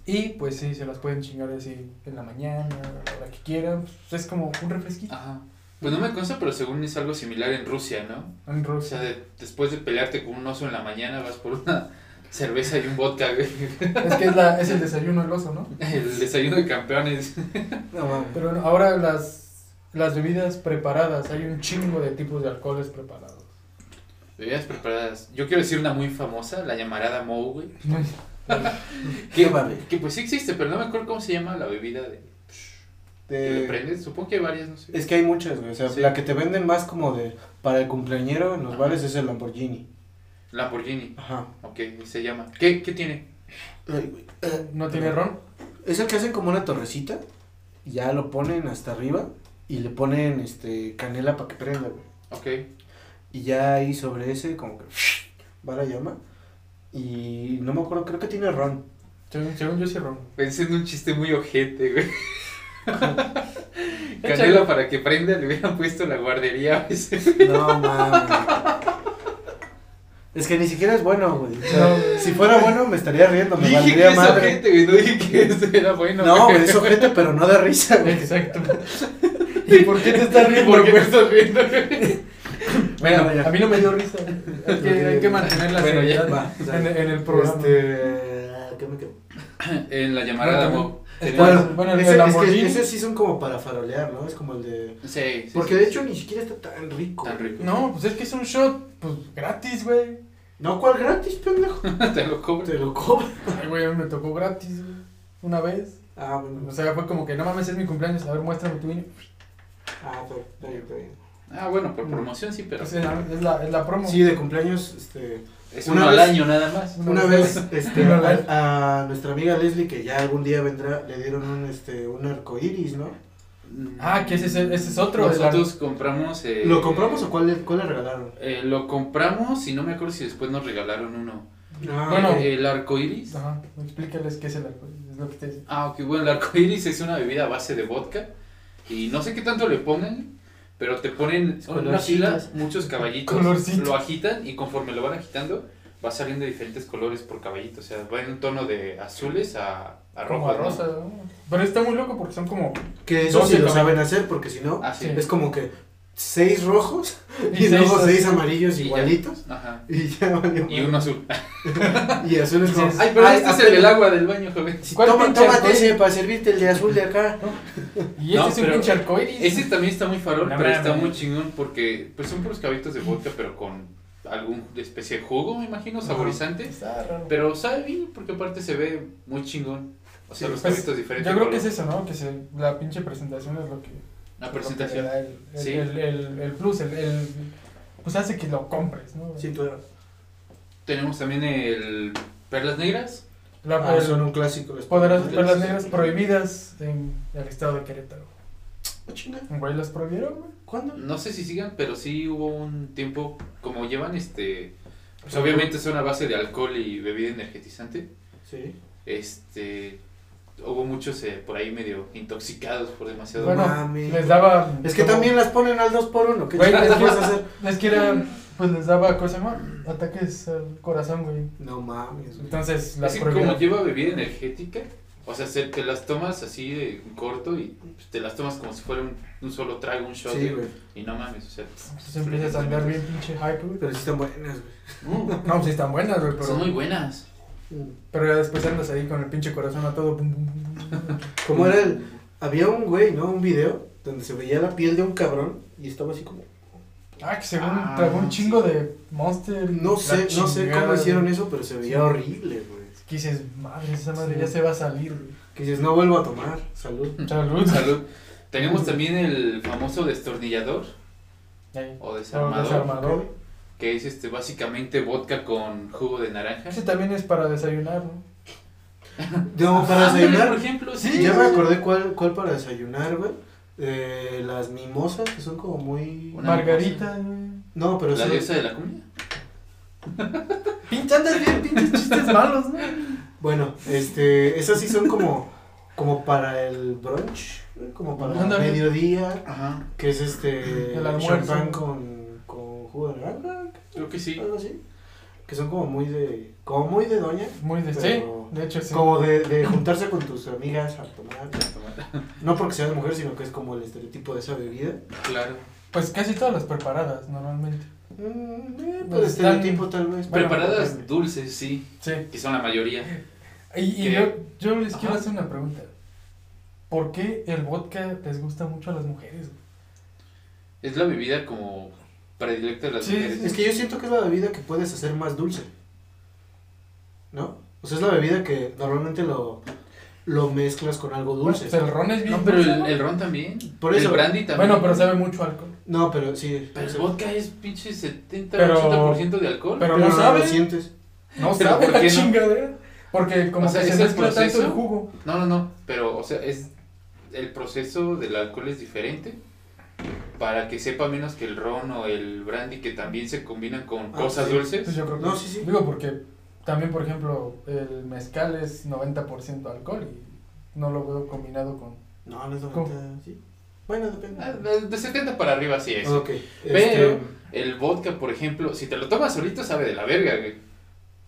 [SPEAKER 2] Y pues sí, se las pueden chingar así en la mañana, a la hora que quieran. Pues, es como un refresquito.
[SPEAKER 3] Ajá. Pues no me consta, pero según es algo similar en Rusia, ¿no?
[SPEAKER 2] En
[SPEAKER 3] O
[SPEAKER 2] Rusia.
[SPEAKER 3] sea, de- después de pelearte con un oso en la mañana, vas por una cerveza y un vodka, güey.
[SPEAKER 2] Es que es, la, es el desayuno del oso, ¿no?
[SPEAKER 3] El desayuno de campeones.
[SPEAKER 1] No mames.
[SPEAKER 2] Pero no, ahora las, las bebidas preparadas, hay un chingo de tipos de alcoholes preparados.
[SPEAKER 3] Bebidas preparadas. Yo quiero decir una muy famosa, la llamarada Mou, güey.
[SPEAKER 1] ¿Qué mames?
[SPEAKER 3] Que pues sí existe, pero no me acuerdo cómo se llama la bebida de... que
[SPEAKER 1] De-
[SPEAKER 3] le prendes. Supongo que hay varias, no sé.
[SPEAKER 1] Es que hay muchas, güey. O sea,
[SPEAKER 3] Sí.
[SPEAKER 1] la que te venden más como de para el cumpleañero en los
[SPEAKER 3] Ajá.
[SPEAKER 1] bares es el Lamborghini.
[SPEAKER 3] Lamborghini.
[SPEAKER 1] Ajá.
[SPEAKER 3] Ok, se llama. ¿Qué, qué tiene?
[SPEAKER 1] Ay, güey. eh,
[SPEAKER 2] Eh, ¿No tiene ron?
[SPEAKER 1] Es el que hacen como una torrecita, y ya lo ponen hasta arriba y le ponen este canela para que prenda, güey.
[SPEAKER 3] Ok.
[SPEAKER 1] Y ya ahí sobre ese como que va la llama. Y no me acuerdo, creo que tiene ron.
[SPEAKER 2] Según, según yo sí ron.
[SPEAKER 3] Pensé en un chiste muy ojete, güey.
[SPEAKER 2] Échale.
[SPEAKER 3] Canela para que prenda le hubieran puesto la guardería a veces.
[SPEAKER 1] No mames. Es que ni siquiera es bueno, güey. O sea, si fuera bueno me estaría riendo, me
[SPEAKER 3] Dije que
[SPEAKER 1] valdría
[SPEAKER 3] es
[SPEAKER 1] madre.
[SPEAKER 3] ojete, güey. No dije que eso era bueno.
[SPEAKER 1] No, güey, es ojete, pero no de risa, güey.
[SPEAKER 2] Exacto. ¿Y por qué te estás riendo,
[SPEAKER 3] ¿Por qué te
[SPEAKER 2] güey?
[SPEAKER 3] estás riendo, güey?
[SPEAKER 2] Bueno,
[SPEAKER 1] Bueno, ya.
[SPEAKER 2] a mí no me dio risa. Hay que, hay que mantener la
[SPEAKER 3] Bueno, ya
[SPEAKER 2] seriedad
[SPEAKER 1] va.
[SPEAKER 2] en, en el programa.
[SPEAKER 1] Este, ¿qué me quedo?
[SPEAKER 3] En la llamarada,
[SPEAKER 2] Bueno,
[SPEAKER 3] Mo.
[SPEAKER 1] Eh,
[SPEAKER 2] Bueno,
[SPEAKER 3] tenemos-
[SPEAKER 2] bueno, el
[SPEAKER 1] Ese- es que
[SPEAKER 2] Lamborghini.
[SPEAKER 1] esos sí son como para farolear, ¿no? Es como el de...
[SPEAKER 3] Sí, sí,
[SPEAKER 1] Porque
[SPEAKER 3] sí,
[SPEAKER 1] de
[SPEAKER 3] sí.
[SPEAKER 1] hecho ni siquiera está tan rico.
[SPEAKER 3] Tan rico.
[SPEAKER 2] No, pues es que es un shot, pues gratis, güey.
[SPEAKER 1] No, ¿cuál gratis, pendejo?
[SPEAKER 3] Te lo cobro.
[SPEAKER 1] Te lo cobro.
[SPEAKER 2] Ay, güey, a mí me tocó gratis, güey. Una vez.
[SPEAKER 1] Ah, bueno.
[SPEAKER 2] O sea, fue como que no mames, es mi cumpleaños. A ver, muéstrame tu vino.
[SPEAKER 1] Ah, está está bien, está bien.
[SPEAKER 3] Ah, bueno, por promoción sí, pero.
[SPEAKER 2] Es la, es la, es la promo.
[SPEAKER 1] Sí, de cumpleaños, este...
[SPEAKER 3] Es
[SPEAKER 1] Una
[SPEAKER 3] uno al
[SPEAKER 1] vez-
[SPEAKER 3] año nada más.
[SPEAKER 1] Una vez, este,
[SPEAKER 2] Una
[SPEAKER 1] a-
[SPEAKER 2] vez.
[SPEAKER 1] a, nuestra amiga Leslie, que ya algún día vendrá, le dieron un, este, un arco iris, ¿no?
[SPEAKER 2] Ah, que ese es, el- ese es otro. el ar-
[SPEAKER 3] Mm, Nosotros compramos. eh,
[SPEAKER 1] ¿Lo compramos o cuál le, cuál le regalaron?
[SPEAKER 3] Eh, lo compramos y no me acuerdo si después nos regalaron uno.
[SPEAKER 1] Ah,
[SPEAKER 2] Bueno.
[SPEAKER 3] Eh, El arco iris.
[SPEAKER 2] Ajá, explícales qué es el alcohol. Es lo que te dice.
[SPEAKER 3] Ah, ok, bueno, el arco iris es una bebida a base de vodka. Y no sé qué tanto le pongan, pero te ponen en una fila
[SPEAKER 1] Colorcitos.
[SPEAKER 3] muchos caballitos.
[SPEAKER 2] Colorcitos.
[SPEAKER 3] Lo agitan y conforme lo van agitando, va saliendo de diferentes colores por caballito. O sea, va en un tono de azules a, a rojo.
[SPEAKER 2] Como rosa, ¿no? Pero está muy loco porque son como.
[SPEAKER 1] que eso
[SPEAKER 2] doce
[SPEAKER 1] sí lo
[SPEAKER 2] también.
[SPEAKER 1] saben hacer, porque si no,
[SPEAKER 3] Así.
[SPEAKER 2] Sí.
[SPEAKER 1] es como que seis rojos y,
[SPEAKER 2] seis
[SPEAKER 1] luego seis
[SPEAKER 2] así.
[SPEAKER 1] amarillos
[SPEAKER 3] Y ya.
[SPEAKER 1] Pues igualitos.
[SPEAKER 3] Ajá.
[SPEAKER 1] Y ya valió
[SPEAKER 3] Y
[SPEAKER 1] madre.
[SPEAKER 3] uno azul.
[SPEAKER 1] Y azul es como.
[SPEAKER 2] Sí, sí.
[SPEAKER 3] Ay, pero
[SPEAKER 1] "Ay,
[SPEAKER 3] este es
[SPEAKER 1] apenas-
[SPEAKER 3] el del agua del baño, joven.
[SPEAKER 1] Sí,
[SPEAKER 2] ¿Cuál
[SPEAKER 1] toma-
[SPEAKER 2] pinche
[SPEAKER 1] tómate
[SPEAKER 2] arcoíris?
[SPEAKER 1] ese para servirte el de azul de acá.
[SPEAKER 2] Y este
[SPEAKER 3] No,
[SPEAKER 2] es un
[SPEAKER 3] pero-
[SPEAKER 2] pinche arcoiris.
[SPEAKER 3] Ese también está muy farol,
[SPEAKER 2] No
[SPEAKER 3] pero
[SPEAKER 2] mames.
[SPEAKER 3] está muy chingón porque pues son puros cabitos de vodka, pero con alguna especie de jugo, me imagino, saborizante.
[SPEAKER 2] Está raro.
[SPEAKER 3] Pero sabe bien porque aparte se ve muy chingón. O sea,
[SPEAKER 2] Sí,
[SPEAKER 3] los
[SPEAKER 2] pues,
[SPEAKER 3] cabitos
[SPEAKER 2] Yo
[SPEAKER 3] diferentes.
[SPEAKER 2] creo que es
[SPEAKER 3] color.
[SPEAKER 2] eso, ¿no? Que se, la pinche presentación es lo que.
[SPEAKER 3] La
[SPEAKER 2] es lo que le
[SPEAKER 3] presentación.
[SPEAKER 2] da el, el,
[SPEAKER 3] Sí.
[SPEAKER 2] el, el- el plus, el, el- Pues hace que lo compres, ¿no?
[SPEAKER 1] Sí, claro.
[SPEAKER 3] Tenemos también el Perlas Negras.
[SPEAKER 2] La,
[SPEAKER 1] Ah,
[SPEAKER 3] pues,
[SPEAKER 2] el-
[SPEAKER 1] son un clásico. Los
[SPEAKER 2] Poderás
[SPEAKER 3] Sí.
[SPEAKER 2] ver las negras prohibidas en el estado de Querétaro.
[SPEAKER 1] Ah, chinga,
[SPEAKER 2] Güey, las prohibieron, güey.
[SPEAKER 1] ¿Cuándo?
[SPEAKER 3] No sé si sigan, pero sí hubo un tiempo, como llevan este... Pues obviamente son a base de alcohol y bebida energetizante.
[SPEAKER 1] Sí.
[SPEAKER 3] Este... Hubo muchos eh, por ahí medio intoxicados por demasiado...
[SPEAKER 2] Bueno,
[SPEAKER 1] mames.
[SPEAKER 2] les daba.
[SPEAKER 1] Es que
[SPEAKER 2] como-
[SPEAKER 1] también las ponen al 2 por 1 ¿Qué
[SPEAKER 2] Güey,
[SPEAKER 1] chingas
[SPEAKER 2] es que-
[SPEAKER 1] vas a hacer?
[SPEAKER 2] Es que era. Pues les daba, ¿cómo se llama? Ataques al corazón, güey.
[SPEAKER 1] No mames, güey.
[SPEAKER 2] Entonces
[SPEAKER 3] Es
[SPEAKER 2] las
[SPEAKER 3] que como
[SPEAKER 2] prohibieron.
[SPEAKER 3] lleva bebida energética, O sea, se- te las tomas así de en corto y pues, te las tomas como si fuera un, un solo trago, un shot.
[SPEAKER 1] Sí,
[SPEAKER 3] güey.
[SPEAKER 1] güey.
[SPEAKER 3] y no mames, o sea. Pues,
[SPEAKER 2] Entonces Pues, empiezas a andar bien pinche hype, güey.
[SPEAKER 1] Pero sí están buenas, güey.
[SPEAKER 3] Mm,
[SPEAKER 2] No, pues sí están buenas, güey,
[SPEAKER 3] son muy
[SPEAKER 2] pero,
[SPEAKER 3] buenas.
[SPEAKER 2] pero ya después andas ahí con el pinche corazón a todo. pum, pum, pum, pum, pum.
[SPEAKER 1] Como era el. Había un güey, ¿no? Un video donde se veía la piel de un cabrón y estaba así como.
[SPEAKER 2] Ah, que según
[SPEAKER 3] Ah,
[SPEAKER 2] tragó un
[SPEAKER 3] sí.
[SPEAKER 2] chingo de Monster.
[SPEAKER 1] No
[SPEAKER 2] la
[SPEAKER 1] sé, no sé cómo
[SPEAKER 2] chingada,
[SPEAKER 1] hicieron
[SPEAKER 2] güey.
[SPEAKER 1] eso, pero se veía
[SPEAKER 2] Sí.
[SPEAKER 1] horrible, güey.
[SPEAKER 2] Que dices, madre, esa madre
[SPEAKER 1] Sí.
[SPEAKER 2] ya se va a salir, güey.
[SPEAKER 1] Que dices, no vuelvo a tomar. Salud.
[SPEAKER 2] Salud.
[SPEAKER 3] Salud. Tenemos también el famoso destornillador
[SPEAKER 2] Ahí.
[SPEAKER 3] o
[SPEAKER 2] Desarmador.
[SPEAKER 3] desarmador,
[SPEAKER 1] Ok.
[SPEAKER 3] que es este básicamente vodka con jugo de naranja.
[SPEAKER 2] Ese también es para desayunar, ¿no?
[SPEAKER 1] No, para
[SPEAKER 2] Ah,
[SPEAKER 3] Ándale,
[SPEAKER 1] desayunar.
[SPEAKER 3] Ah, por ejemplo, sí.
[SPEAKER 1] Ya me acordé cuál, cuál para desayunar, güey. Eh, las mimosas, que son como muy...
[SPEAKER 3] Una-
[SPEAKER 2] Margarita, güey.
[SPEAKER 1] No, pero
[SPEAKER 3] La
[SPEAKER 1] son...
[SPEAKER 3] diosa de la cumbia.
[SPEAKER 2] Pinche, andas bien, pinches chistes malos, ¿no?
[SPEAKER 1] Bueno, este, esas sí son como, como para el brunch, güey, como para el
[SPEAKER 2] Ándale.
[SPEAKER 1] mediodía,
[SPEAKER 3] Ajá.
[SPEAKER 1] que es este...
[SPEAKER 2] El almuerzo.
[SPEAKER 1] champán con, con jugo de naranja,
[SPEAKER 3] Creo que sí.
[SPEAKER 1] algo así. Que son como muy de... como muy de doña.
[SPEAKER 2] Muy de
[SPEAKER 1] Pero-
[SPEAKER 2] sí, de hecho sí.
[SPEAKER 1] Como de, de juntarse con tus amigas a tomar. No porque seas mujer, sino que es como el estereotipo de esa bebida.
[SPEAKER 3] Claro.
[SPEAKER 2] Pues casi todas las preparadas normalmente.
[SPEAKER 1] Mm, eh,
[SPEAKER 2] Pues
[SPEAKER 1] pues
[SPEAKER 2] están-
[SPEAKER 1] estereotipo tal vez.
[SPEAKER 2] Bueno,
[SPEAKER 3] Preparadas
[SPEAKER 1] depende.
[SPEAKER 3] dulces, sí,
[SPEAKER 2] Sí.
[SPEAKER 3] que son la mayoría.
[SPEAKER 2] Y, y
[SPEAKER 3] ¿Qué?
[SPEAKER 2] yo, yo les
[SPEAKER 3] Ajá.
[SPEAKER 2] quiero hacer una pregunta. ¿Por qué el vodka les gusta mucho a las mujeres? güey?
[SPEAKER 3] Es la bebida como predilecta de las
[SPEAKER 2] Sí,
[SPEAKER 3] mujeres.
[SPEAKER 1] Es que yo siento que es la bebida que puedes hacer más dulce. ¿No? O sea, es la bebida que normalmente lo, lo mezclas con algo dulce.
[SPEAKER 2] Pues el ron es bien.
[SPEAKER 3] No, pero
[SPEAKER 2] dulce,
[SPEAKER 3] el,
[SPEAKER 2] ¿no?
[SPEAKER 3] el ron también.
[SPEAKER 1] Por eso.
[SPEAKER 3] El brandy también.
[SPEAKER 2] Bueno, pero sabe mucho alcohol.
[SPEAKER 1] No, pero sí.
[SPEAKER 3] Pero el vodka es pinche 70,
[SPEAKER 2] Pero-
[SPEAKER 3] 80% de alcohol.
[SPEAKER 2] pero
[SPEAKER 1] no
[SPEAKER 2] no sabe.
[SPEAKER 1] lo sientes.
[SPEAKER 2] No
[SPEAKER 3] Pero
[SPEAKER 2] sabe
[SPEAKER 3] ¿por
[SPEAKER 2] la
[SPEAKER 3] qué no?
[SPEAKER 2] chingadera. Porque como
[SPEAKER 3] O sea,
[SPEAKER 2] que
[SPEAKER 3] ¿es
[SPEAKER 2] se
[SPEAKER 3] el
[SPEAKER 2] mezcla tanto el
[SPEAKER 3] proceso?
[SPEAKER 2] jugo.
[SPEAKER 3] No, no, no. Pero, o sea, es. El proceso del alcohol es diferente. Para que sepa menos que el ron o el brandy, que también se combinan
[SPEAKER 1] Ah,
[SPEAKER 3] con cosas
[SPEAKER 1] sí.
[SPEAKER 2] Pues
[SPEAKER 3] dulces.
[SPEAKER 2] yo creo que.
[SPEAKER 1] No, sí, sí.
[SPEAKER 2] Digo, porque también, por ejemplo, el mezcal es 90% alcohol y no lo veo combinado con.
[SPEAKER 1] No, no es
[SPEAKER 2] ¿Cómo?
[SPEAKER 1] 90, sí. Bueno,
[SPEAKER 3] Ah,
[SPEAKER 1] depende.
[SPEAKER 3] De de 70 para arriba sí es.
[SPEAKER 1] Ok.
[SPEAKER 3] Pero-
[SPEAKER 1] este,
[SPEAKER 3] El vodka, por ejemplo, si te lo tomas solito, sabe de la verga, güey.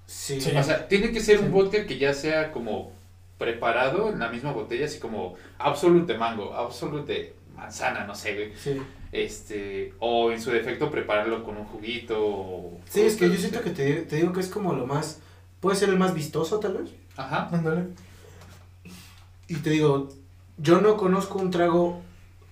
[SPEAKER 1] sí.
[SPEAKER 2] Sí.
[SPEAKER 3] O sea, tiene que ser
[SPEAKER 2] Sí.
[SPEAKER 3] un vodka que ya sea como preparado en la misma botella, así como absolute de mango, absolute de manzana, no sé, güey.
[SPEAKER 1] Sí.
[SPEAKER 3] Este, o en su defecto prepararlo con un juguito. o-
[SPEAKER 1] Sí, es que yo siento que te, te digo que es como lo más. Puede ser el más vistoso, tal vez.
[SPEAKER 3] Ajá.
[SPEAKER 2] Ándale.
[SPEAKER 1] Y te digo, yo no conozco un trago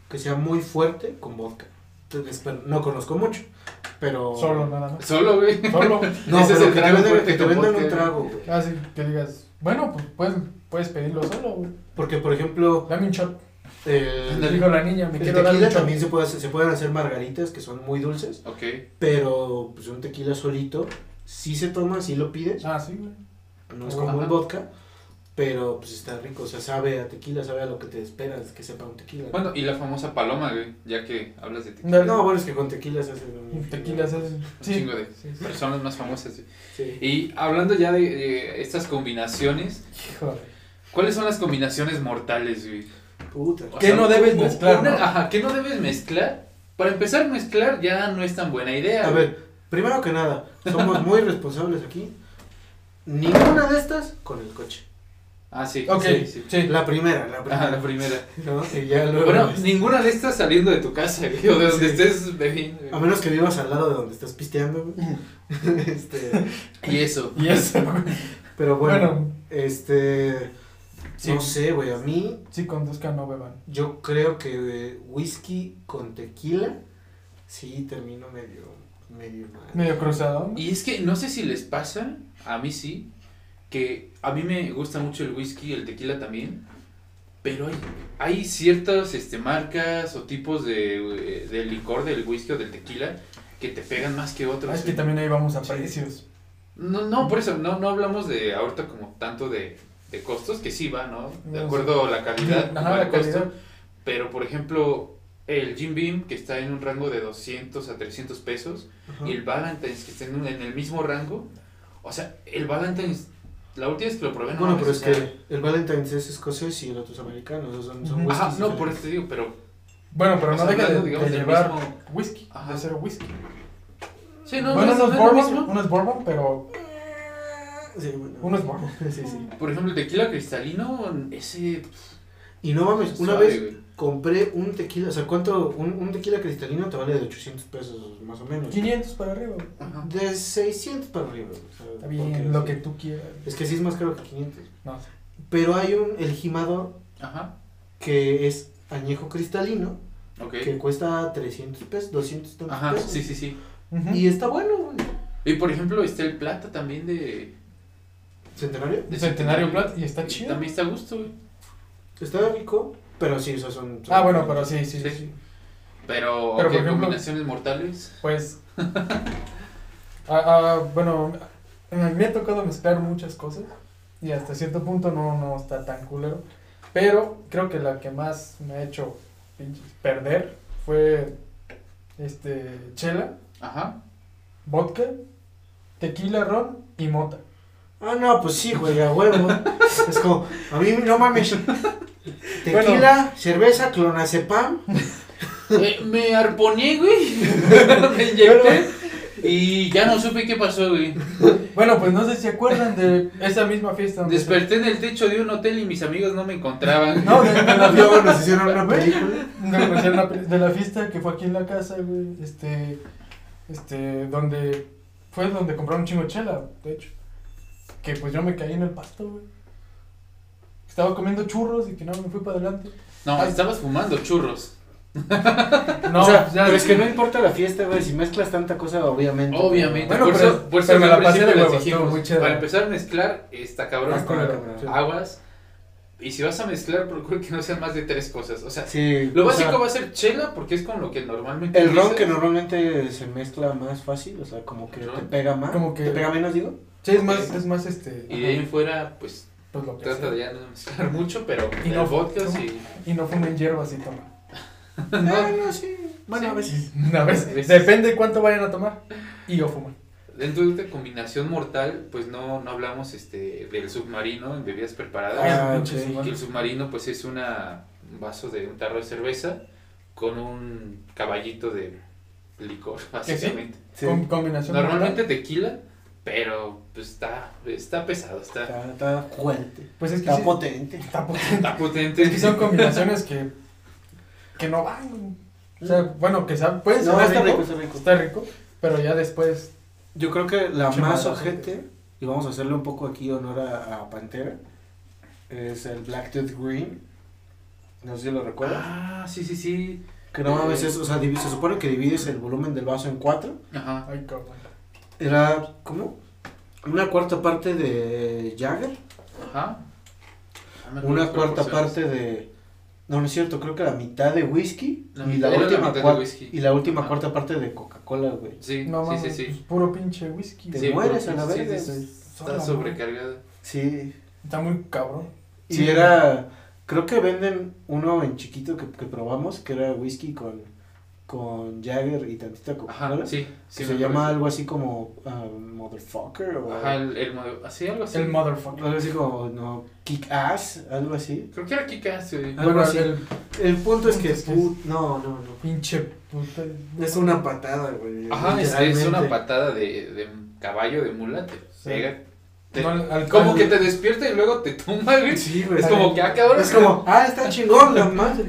[SPEAKER 1] que sea muy fuerte con vodka. Entonces, pero no conozco mucho,
[SPEAKER 3] Oh.
[SPEAKER 1] pero...
[SPEAKER 2] Solo, nada más.
[SPEAKER 3] Solo, güey.
[SPEAKER 2] Solo.
[SPEAKER 1] No,
[SPEAKER 3] Ese es
[SPEAKER 1] pero
[SPEAKER 3] el
[SPEAKER 1] que,
[SPEAKER 3] trago
[SPEAKER 1] te vendan,
[SPEAKER 3] fuerte
[SPEAKER 1] que te
[SPEAKER 3] con
[SPEAKER 1] vendan
[SPEAKER 3] vodka.
[SPEAKER 1] un trago, güey.
[SPEAKER 2] Así que digas, bueno, pues puedes, puedes pedirlo solo, güey.
[SPEAKER 1] Porque, por ejemplo,
[SPEAKER 2] Dame un shot.
[SPEAKER 1] el,
[SPEAKER 3] Ándale.
[SPEAKER 2] Dijo la niña, me
[SPEAKER 1] el
[SPEAKER 2] quiero dar un
[SPEAKER 1] tequila
[SPEAKER 2] shot.
[SPEAKER 1] también se, puede hacer- se pueden hacer margaritas, que son muy dulces,
[SPEAKER 3] Ok.
[SPEAKER 1] pero pues un tequila solito, sí se toma, sí lo pides,
[SPEAKER 2] Ah, sí, güey.
[SPEAKER 1] no es como
[SPEAKER 3] Ajá.
[SPEAKER 1] un vodka, pero pues está rico, o sea, sabe a tequila, sabe a lo que te esperas, que sepa un tequila.
[SPEAKER 3] Bueno, y la famosa paloma, güey, ya que hablas de tequila.
[SPEAKER 2] Dale.
[SPEAKER 1] No, bueno, es que con tequila se hace...
[SPEAKER 2] Un tequila es Sí.
[SPEAKER 3] chingo de-
[SPEAKER 2] Sí, sí.
[SPEAKER 3] Personas más famosas. güey.
[SPEAKER 1] Sí.
[SPEAKER 3] Y hablando ya de, de estas combinaciones,
[SPEAKER 2] Híjole.
[SPEAKER 3] ¿cuáles son las combinaciones mortales, güey?
[SPEAKER 1] Puta.
[SPEAKER 3] O
[SPEAKER 2] ¿Qué no debes mezclar, no?
[SPEAKER 3] Ajá, ¿qué no debes mezclar? Para empezar, mezclar ya no es tan buena idea.
[SPEAKER 1] A
[SPEAKER 3] güey.
[SPEAKER 1] ver, primero que nada, somos muy responsables aquí. Ninguna de estas con el coche.
[SPEAKER 3] Ah, sí.
[SPEAKER 2] Ok,
[SPEAKER 3] sí,
[SPEAKER 2] sí.
[SPEAKER 3] sí.
[SPEAKER 1] La primera, la
[SPEAKER 3] Ajá,
[SPEAKER 1] primera.
[SPEAKER 3] la primera.
[SPEAKER 1] ¿no? Y ya luego- este,
[SPEAKER 3] Bueno, ninguna de estas saliendo de tu casa, güey, o de donde
[SPEAKER 1] Sí.
[SPEAKER 3] estés bebiendo.
[SPEAKER 1] a
[SPEAKER 3] güey.
[SPEAKER 1] menos que vivas al lado de donde estás pisteando. güey. este,
[SPEAKER 3] Y eso.
[SPEAKER 2] Y eso, güey.
[SPEAKER 1] pero bueno,
[SPEAKER 2] Bueno,
[SPEAKER 1] este,
[SPEAKER 2] sí,
[SPEAKER 1] no sé, güey, a mí
[SPEAKER 2] sí conduzcan, no beban.
[SPEAKER 1] yo creo que eh, whisky con tequila sí termino medio medio mal.
[SPEAKER 2] Medio cruzado.
[SPEAKER 3] Y es que no sé si les pasa, a mí sí, que a mí me gusta mucho el whisky, el tequila también, pero hay, hay ciertas este, marcas o tipos de, eh, de licor del whisky o del tequila que te pegan más que otros.
[SPEAKER 2] Ah, es que
[SPEAKER 3] güey.
[SPEAKER 2] también ahí vamos a
[SPEAKER 1] Sí.
[SPEAKER 2] precios.
[SPEAKER 3] No, no, por eso, no, no hablamos de ahorita como tanto de, de costos, que sí va, ¿no? De acuerdo a la calidad,
[SPEAKER 2] Ajá,
[SPEAKER 3] al
[SPEAKER 2] la
[SPEAKER 3] costo.
[SPEAKER 2] calidad.
[SPEAKER 3] Pero, por ejemplo, el Jim Beam, que está en un rango de 200 a 300 pesos,
[SPEAKER 1] Ajá.
[SPEAKER 3] y el Valentine's, que está en, un- en el mismo rango. O sea, el Valentine's, la última vez que lo probé, no
[SPEAKER 1] Bueno,
[SPEAKER 3] mames,
[SPEAKER 1] pero
[SPEAKER 3] o
[SPEAKER 1] es
[SPEAKER 3] sea,
[SPEAKER 1] que el Valentine's es escocés y el otro es americano, esos son, son
[SPEAKER 2] Ujú. Ah,
[SPEAKER 1] whiskies
[SPEAKER 3] Ajá, no, por
[SPEAKER 1] diferentes.
[SPEAKER 3] eso te digo, pero...
[SPEAKER 2] Bueno, pero
[SPEAKER 3] o
[SPEAKER 2] no
[SPEAKER 3] sea,
[SPEAKER 2] deja de,
[SPEAKER 3] hablando, digamos,
[SPEAKER 2] de
[SPEAKER 3] del
[SPEAKER 2] llevar
[SPEAKER 3] mismo-
[SPEAKER 2] whisky,
[SPEAKER 3] Ajá.
[SPEAKER 2] de ser whisky.
[SPEAKER 3] Sí, no,
[SPEAKER 2] bueno,
[SPEAKER 3] no, es-
[SPEAKER 2] unos
[SPEAKER 3] no es lo
[SPEAKER 2] bourbon,
[SPEAKER 3] mismo.
[SPEAKER 2] unos bourbon, pero
[SPEAKER 1] Sí, bueno.
[SPEAKER 2] este- Uno es bajo.
[SPEAKER 1] Sí, sí.
[SPEAKER 3] Por ejemplo, el tequila cristalino, ese.
[SPEAKER 1] Y no mames, Pues, una
[SPEAKER 3] suave,
[SPEAKER 1] vez
[SPEAKER 3] güey.
[SPEAKER 1] compré un tequila, o sea, ¿cuánto? Un, un tequila cristalino te vale de 800 pesos, más o menos.
[SPEAKER 2] 500 para arriba. güey.
[SPEAKER 3] Ajá.
[SPEAKER 1] De 600 para arriba. o sea,
[SPEAKER 2] Está bien,
[SPEAKER 1] porque-
[SPEAKER 2] lo que tú quieras.
[SPEAKER 1] Es que sí es más caro que 500.
[SPEAKER 2] No, sí.
[SPEAKER 1] Pero hay un, el jimador
[SPEAKER 3] Ajá.
[SPEAKER 1] que es añejo cristalino,
[SPEAKER 3] Ok.
[SPEAKER 1] que cuesta 300 pesos, 200 tantos
[SPEAKER 3] Ajá,
[SPEAKER 1] pesos.
[SPEAKER 3] sí, sí, sí.
[SPEAKER 2] Ujú.
[SPEAKER 1] Y está bueno, güey.
[SPEAKER 3] Y por ejemplo, está el plata también de.
[SPEAKER 1] Centenario.
[SPEAKER 3] de
[SPEAKER 2] Centenario Plata, y está chido.
[SPEAKER 3] También está a gusto, güey.
[SPEAKER 1] Está rico, pero sí, esos son. son-
[SPEAKER 2] Ah, bueno, pero sí, sí,
[SPEAKER 3] Sí.
[SPEAKER 2] sí.
[SPEAKER 3] Pero,
[SPEAKER 2] Pero,
[SPEAKER 3] ¿qué
[SPEAKER 2] por ejemplo-
[SPEAKER 3] combinaciones mortales?
[SPEAKER 2] Pues. ah, ah, bueno, a mí me ha tocado mezclar muchas cosas. Y hasta cierto punto no, no está tan culero. Pero creo que la que más me ha hecho pinches perder fue. Este. Chela,
[SPEAKER 3] Ajá.
[SPEAKER 2] vodka, tequila, ron y mota.
[SPEAKER 1] Ah, no, pues sí, güey, a huevo. es como, a mí no mames. Tequila, cerveza, clonazepam.
[SPEAKER 3] Eh, me arponé, güey. me inyecté. Y ya no supe qué pasó, güey.
[SPEAKER 2] Bueno, pues no sé si se acuerdan de esa misma fiesta. donde se-
[SPEAKER 3] Desperté en el techo de un hotel y mis amigos no me encontraban.
[SPEAKER 2] No, de, de la fiesta.
[SPEAKER 1] Luego nos hicieron una película.
[SPEAKER 2] No, o sea, la- de la fiesta que fue aquí en la casa, güey, este, este, donde, fue donde compraron un chingo de chela, de hecho, que pues yo me caí en el pasto, güey, estaba comiendo churros y que no, me fui para adelante,
[SPEAKER 3] No,
[SPEAKER 2] Ah.
[SPEAKER 3] estabas fumando churros.
[SPEAKER 2] no,
[SPEAKER 1] o
[SPEAKER 3] pues,
[SPEAKER 1] sea,
[SPEAKER 2] ya,
[SPEAKER 1] pero es que no importa la fiesta, güey. Si mezclas tanta cosa, obviamente.
[SPEAKER 3] Obviamente.
[SPEAKER 2] Bueno,
[SPEAKER 3] por
[SPEAKER 2] pero-
[SPEAKER 3] eso, por eso
[SPEAKER 2] pero me la
[SPEAKER 3] siempre-
[SPEAKER 2] pasé de
[SPEAKER 3] siempre les
[SPEAKER 2] huevos,
[SPEAKER 3] dijimos,
[SPEAKER 2] estuvo muy chido.
[SPEAKER 3] Para empezar a mezclar, está cabrón
[SPEAKER 2] Ah,
[SPEAKER 3] con
[SPEAKER 2] claro.
[SPEAKER 3] aguas. Y si vas a mezclar, procura que no sean más de tres cosas. O sea,
[SPEAKER 1] Sí.
[SPEAKER 3] lo
[SPEAKER 1] o
[SPEAKER 3] básico
[SPEAKER 1] sea,
[SPEAKER 3] va a ser chela porque es con lo que normalmente.
[SPEAKER 1] El ron
[SPEAKER 3] utilizas.
[SPEAKER 1] que normalmente se mezcla más fácil, o sea, como que
[SPEAKER 3] ¿El
[SPEAKER 1] te
[SPEAKER 3] ron?
[SPEAKER 1] pega más.
[SPEAKER 2] Como que-
[SPEAKER 1] Te pega menos, digo.
[SPEAKER 2] sí, es más, es más, este,
[SPEAKER 3] Y de ahí en fuera, pues
[SPEAKER 2] ajá, pues lo que
[SPEAKER 3] trata
[SPEAKER 2] sea.
[SPEAKER 3] de ya no mezclar mucho, pero.
[SPEAKER 2] Y
[SPEAKER 3] Y
[SPEAKER 2] no-
[SPEAKER 3] no vodkas
[SPEAKER 2] no.
[SPEAKER 3] y.
[SPEAKER 2] y no fumen hierbas y toman,
[SPEAKER 1] Ah, no, sí. Bueno,
[SPEAKER 3] Sí.
[SPEAKER 1] a veces.
[SPEAKER 2] una vez, pues, depende cuánto vayan a tomar, y o fuman,
[SPEAKER 3] Dentro de esta combinación mortal, pues no, no hablamos este del submarino en bebidas preparadas.
[SPEAKER 1] Ah,
[SPEAKER 2] pinches
[SPEAKER 1] ok.
[SPEAKER 3] Que
[SPEAKER 2] igual.
[SPEAKER 3] el submarino, pues es una, un vaso de un tarro de cerveza con un caballito de licor, básicamente.
[SPEAKER 1] Sí.
[SPEAKER 2] Com- combinación,
[SPEAKER 3] Normalmente tequila, pero pues está, está pesado, está,
[SPEAKER 1] Está, está fuerte.
[SPEAKER 2] pues es que
[SPEAKER 1] Está
[SPEAKER 2] sí,
[SPEAKER 1] potente.
[SPEAKER 2] está potente.
[SPEAKER 3] está potente.
[SPEAKER 2] Es que son combinaciones que, que no van. güey. O sea, bueno, que saben, pueden
[SPEAKER 1] No,
[SPEAKER 2] saber
[SPEAKER 1] está rico,
[SPEAKER 2] rico,
[SPEAKER 1] está rico.
[SPEAKER 2] está rico, pero ya después,
[SPEAKER 1] Yo creo que la
[SPEAKER 2] Mucho
[SPEAKER 1] más
[SPEAKER 2] más
[SPEAKER 1] ojete, y vamos a hacerle un poco aquí honor a, a Pantera, es el Black Tooth Green. No sé si lo recuerdas.
[SPEAKER 3] Ah, sí, sí, sí.
[SPEAKER 1] que no mames,
[SPEAKER 3] eh.
[SPEAKER 1] es, o sea, divi- se supone que divides el volumen del vaso en cuatro.
[SPEAKER 3] Ajá.
[SPEAKER 2] ay, cabrón.
[SPEAKER 1] Era, ¿cómo? Una cuarta parte de Jagger,
[SPEAKER 3] Ajá. Ah, me acuerdo
[SPEAKER 1] una
[SPEAKER 3] las
[SPEAKER 1] cuarta
[SPEAKER 3] proporciones.
[SPEAKER 1] parte de. No, no es cierto, creo que la mitad de whisky
[SPEAKER 3] La
[SPEAKER 1] y,
[SPEAKER 3] mitad
[SPEAKER 1] la
[SPEAKER 3] era la
[SPEAKER 1] última
[SPEAKER 3] mitad de
[SPEAKER 1] cuar-
[SPEAKER 3] whisky.
[SPEAKER 1] y la última
[SPEAKER 3] Ajá.
[SPEAKER 1] cuarta parte de Coca-Cola, güey.
[SPEAKER 3] Sí,
[SPEAKER 2] No
[SPEAKER 3] sí, sí,
[SPEAKER 2] mames,
[SPEAKER 3] sí.
[SPEAKER 2] pues, puro pinche whisky.
[SPEAKER 1] Te
[SPEAKER 3] Sí,
[SPEAKER 1] mueres a la
[SPEAKER 3] sí, sí,
[SPEAKER 1] verga.
[SPEAKER 3] sí,
[SPEAKER 1] güey.
[SPEAKER 2] Sola,
[SPEAKER 3] Está
[SPEAKER 2] ¿no?
[SPEAKER 3] sobrecargada.
[SPEAKER 1] sí.
[SPEAKER 2] Está muy cabrón.
[SPEAKER 1] Y
[SPEAKER 2] Sí.
[SPEAKER 1] era, creo que venden uno en chiquito que, que probamos, que era whisky con, con Jagger y tantita Coca-Cola.
[SPEAKER 3] Ajá, sí.
[SPEAKER 1] que
[SPEAKER 3] sí
[SPEAKER 1] se
[SPEAKER 3] me
[SPEAKER 1] llama
[SPEAKER 3] acuerdo.
[SPEAKER 1] algo así como ah, Motherfucker o
[SPEAKER 3] Ajá, el, el modelo. Así, algo así.
[SPEAKER 2] El motherfucker.
[SPEAKER 1] algo así como no, Kick Ass, algo así.
[SPEAKER 3] Creo que era Kikas, güey.
[SPEAKER 1] Algo
[SPEAKER 2] Bueno,
[SPEAKER 1] así.
[SPEAKER 2] el
[SPEAKER 1] El punto es que
[SPEAKER 2] Entonces,
[SPEAKER 1] pu- no, no, no.
[SPEAKER 2] pinche puta.
[SPEAKER 1] Es una patada, güey.
[SPEAKER 3] Ajá, es, es
[SPEAKER 1] literalmente.
[SPEAKER 3] una patada de, de caballo, de mula, te
[SPEAKER 2] Sí.
[SPEAKER 3] pega. Te-
[SPEAKER 2] No, al- al-
[SPEAKER 3] como que te despierta y luego te tumba, güey.
[SPEAKER 1] Sí, güey.
[SPEAKER 3] Es como que, ah, cabrón.
[SPEAKER 1] Es como, ah, está chingón la madre.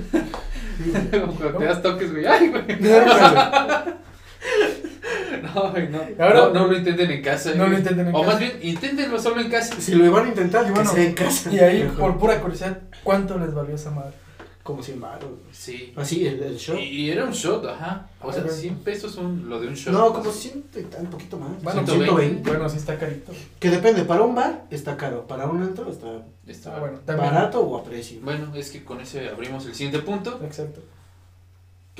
[SPEAKER 1] Sí, güey.
[SPEAKER 3] Como cuando te das toques, güey. Ay, güey. No, güey, no.
[SPEAKER 2] Ahora-
[SPEAKER 3] no, no lo intenten en casa.
[SPEAKER 2] No lo
[SPEAKER 3] güey.
[SPEAKER 2] intenten en
[SPEAKER 3] O
[SPEAKER 2] casa.
[SPEAKER 3] más bien, inténtenlo solo en casa.
[SPEAKER 1] si lo iban a intentar,
[SPEAKER 2] Y
[SPEAKER 1] que
[SPEAKER 2] bueno,
[SPEAKER 1] sea en casa.
[SPEAKER 2] Y ahí,
[SPEAKER 1] Mejor.
[SPEAKER 2] por pura curiosidad, ¿cuánto les valió esa madre?
[SPEAKER 1] Como 100 baros, güey.
[SPEAKER 3] Sí.
[SPEAKER 1] Así, Ah, el, el show.
[SPEAKER 3] Y, y era un shot, ajá. O sea,
[SPEAKER 2] Ay, güey.
[SPEAKER 3] 100 pesos son lo de un shot.
[SPEAKER 1] No, como 100 y tal, un poquito más.
[SPEAKER 2] Bueno,
[SPEAKER 1] 120.
[SPEAKER 3] 120.
[SPEAKER 2] Bueno, sí está carito.
[SPEAKER 1] Que depende, para un bar está caro, para un antro está
[SPEAKER 3] Está
[SPEAKER 2] Ah,
[SPEAKER 3] bueno.
[SPEAKER 2] bueno, también.
[SPEAKER 1] barato o a precio.
[SPEAKER 3] Bueno, es que con ese abrimos el siguiente punto,
[SPEAKER 2] Exacto.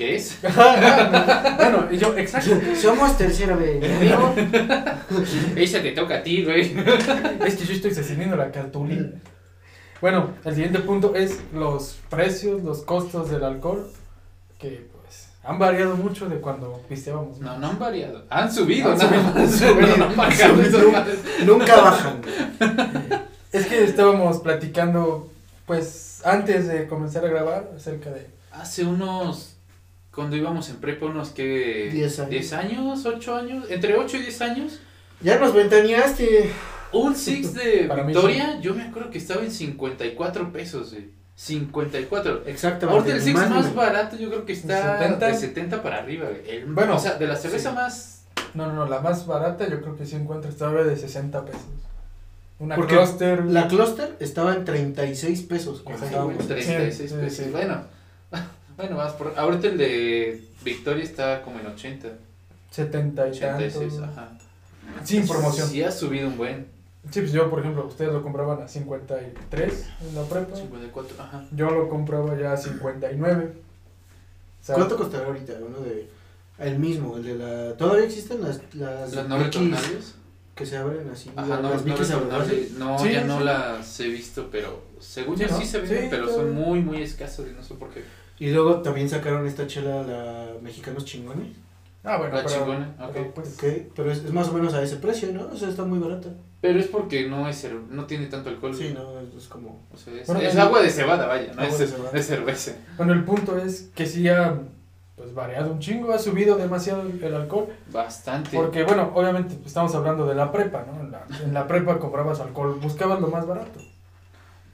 [SPEAKER 3] que es
[SPEAKER 2] bueno, y yo, exacto.
[SPEAKER 1] Somos tercera vez. ¿no?
[SPEAKER 3] ella te toca a ti, güey.
[SPEAKER 2] Es que yo estoy asesinando la cartulina. Bueno, el siguiente punto es los precios, los costos del alcohol, que pues han variado mucho de cuando pisteábamos.
[SPEAKER 3] No, no han variado. Han subido,
[SPEAKER 2] Han subido,
[SPEAKER 3] nada más.
[SPEAKER 2] han
[SPEAKER 3] Bueno, no
[SPEAKER 2] subido,
[SPEAKER 3] han bajado,
[SPEAKER 1] subido.
[SPEAKER 3] eso más.
[SPEAKER 1] Nunca bajan.
[SPEAKER 2] Es que estábamos platicando, pues, antes de comenzar a grabar, acerca de...
[SPEAKER 3] Hace unos. Cuando íbamos en prepa, unos que.
[SPEAKER 1] Diez años.
[SPEAKER 3] 10 años, 8 años. Entre 8 y 10 años.
[SPEAKER 1] Ya nos ventaneaste.
[SPEAKER 3] Un Six de
[SPEAKER 2] Para mí
[SPEAKER 3] Victoria, yo me acuerdo que estaba en 54 pesos, güey. 54.
[SPEAKER 1] Exactamente.
[SPEAKER 3] Ahorita el Six más,
[SPEAKER 1] me-
[SPEAKER 3] barato yo creo que está
[SPEAKER 2] 70.
[SPEAKER 3] de 70 para arriba, güey. El-
[SPEAKER 2] Bueno,
[SPEAKER 3] o sea, de la cerveza
[SPEAKER 2] sí.
[SPEAKER 3] más...
[SPEAKER 2] No, no, no, la más barata yo creo que sí encuentro esta hora de 60 pesos. Una
[SPEAKER 1] Porque
[SPEAKER 2] cluster.
[SPEAKER 1] La Cluster estaba en 36 pesos cuando
[SPEAKER 3] Ay,
[SPEAKER 1] estábamos.
[SPEAKER 3] güey, 36
[SPEAKER 2] Sí, sí,
[SPEAKER 3] pesos.
[SPEAKER 2] sí.
[SPEAKER 3] Bueno, bueno, más por... Ahorita el de Victoria está como en 80,
[SPEAKER 2] 70 y
[SPEAKER 3] 86,
[SPEAKER 2] tantos.
[SPEAKER 3] ajá.
[SPEAKER 2] Sin promoción.
[SPEAKER 3] Sí ha subido un buen,
[SPEAKER 2] Sí, pues yo, por ejemplo, ustedes lo compraban a 53 en la prepa.
[SPEAKER 3] 54, ajá.
[SPEAKER 2] Yo lo compraba ya a 59. O sea,
[SPEAKER 1] ¿Cuánto costará ahorita uno de el mismo, el de la todavía existen las las,
[SPEAKER 3] Las no
[SPEAKER 1] Vicky's
[SPEAKER 3] retornables.
[SPEAKER 1] que se abren así,
[SPEAKER 3] Ajá, no,
[SPEAKER 1] las
[SPEAKER 3] no
[SPEAKER 1] Vicky's abredoras?
[SPEAKER 3] retornables. No,
[SPEAKER 2] Sí,
[SPEAKER 3] ya no
[SPEAKER 2] sí.
[SPEAKER 3] las he visto, pero según
[SPEAKER 2] Sí,
[SPEAKER 3] yo
[SPEAKER 2] ¿no?
[SPEAKER 3] sí se ven,
[SPEAKER 2] Sí,
[SPEAKER 3] pero
[SPEAKER 2] todavía.
[SPEAKER 3] son muy, muy escasas y no sé por qué.
[SPEAKER 1] Y luego también sacaron esta chela la Mexicanos Chingones,
[SPEAKER 2] Ah, bueno,
[SPEAKER 3] La
[SPEAKER 2] pero,
[SPEAKER 3] chingona,
[SPEAKER 2] pero,
[SPEAKER 3] ok.
[SPEAKER 2] pues,
[SPEAKER 1] ok, pero es, es más o menos a ese precio, ¿no? O sea, está muy barata.
[SPEAKER 3] Pero es porque no es cer- no tiene tanto alcohol.
[SPEAKER 1] Sí, no, es, es como
[SPEAKER 3] O sea, es,
[SPEAKER 2] Bueno,
[SPEAKER 3] es
[SPEAKER 2] en-
[SPEAKER 3] agua de cebada, vaya, no
[SPEAKER 1] Agua
[SPEAKER 3] es,
[SPEAKER 1] de cebada.
[SPEAKER 3] es cerveza.
[SPEAKER 2] Bueno, el punto es que sí ha pues, variado un chingo, ha subido demasiado el el alcohol.
[SPEAKER 3] Bastante.
[SPEAKER 2] Porque, bueno, obviamente pues, estamos hablando de la prepa, ¿no? En la, en la prepa comprabas alcohol, buscabas lo más barato.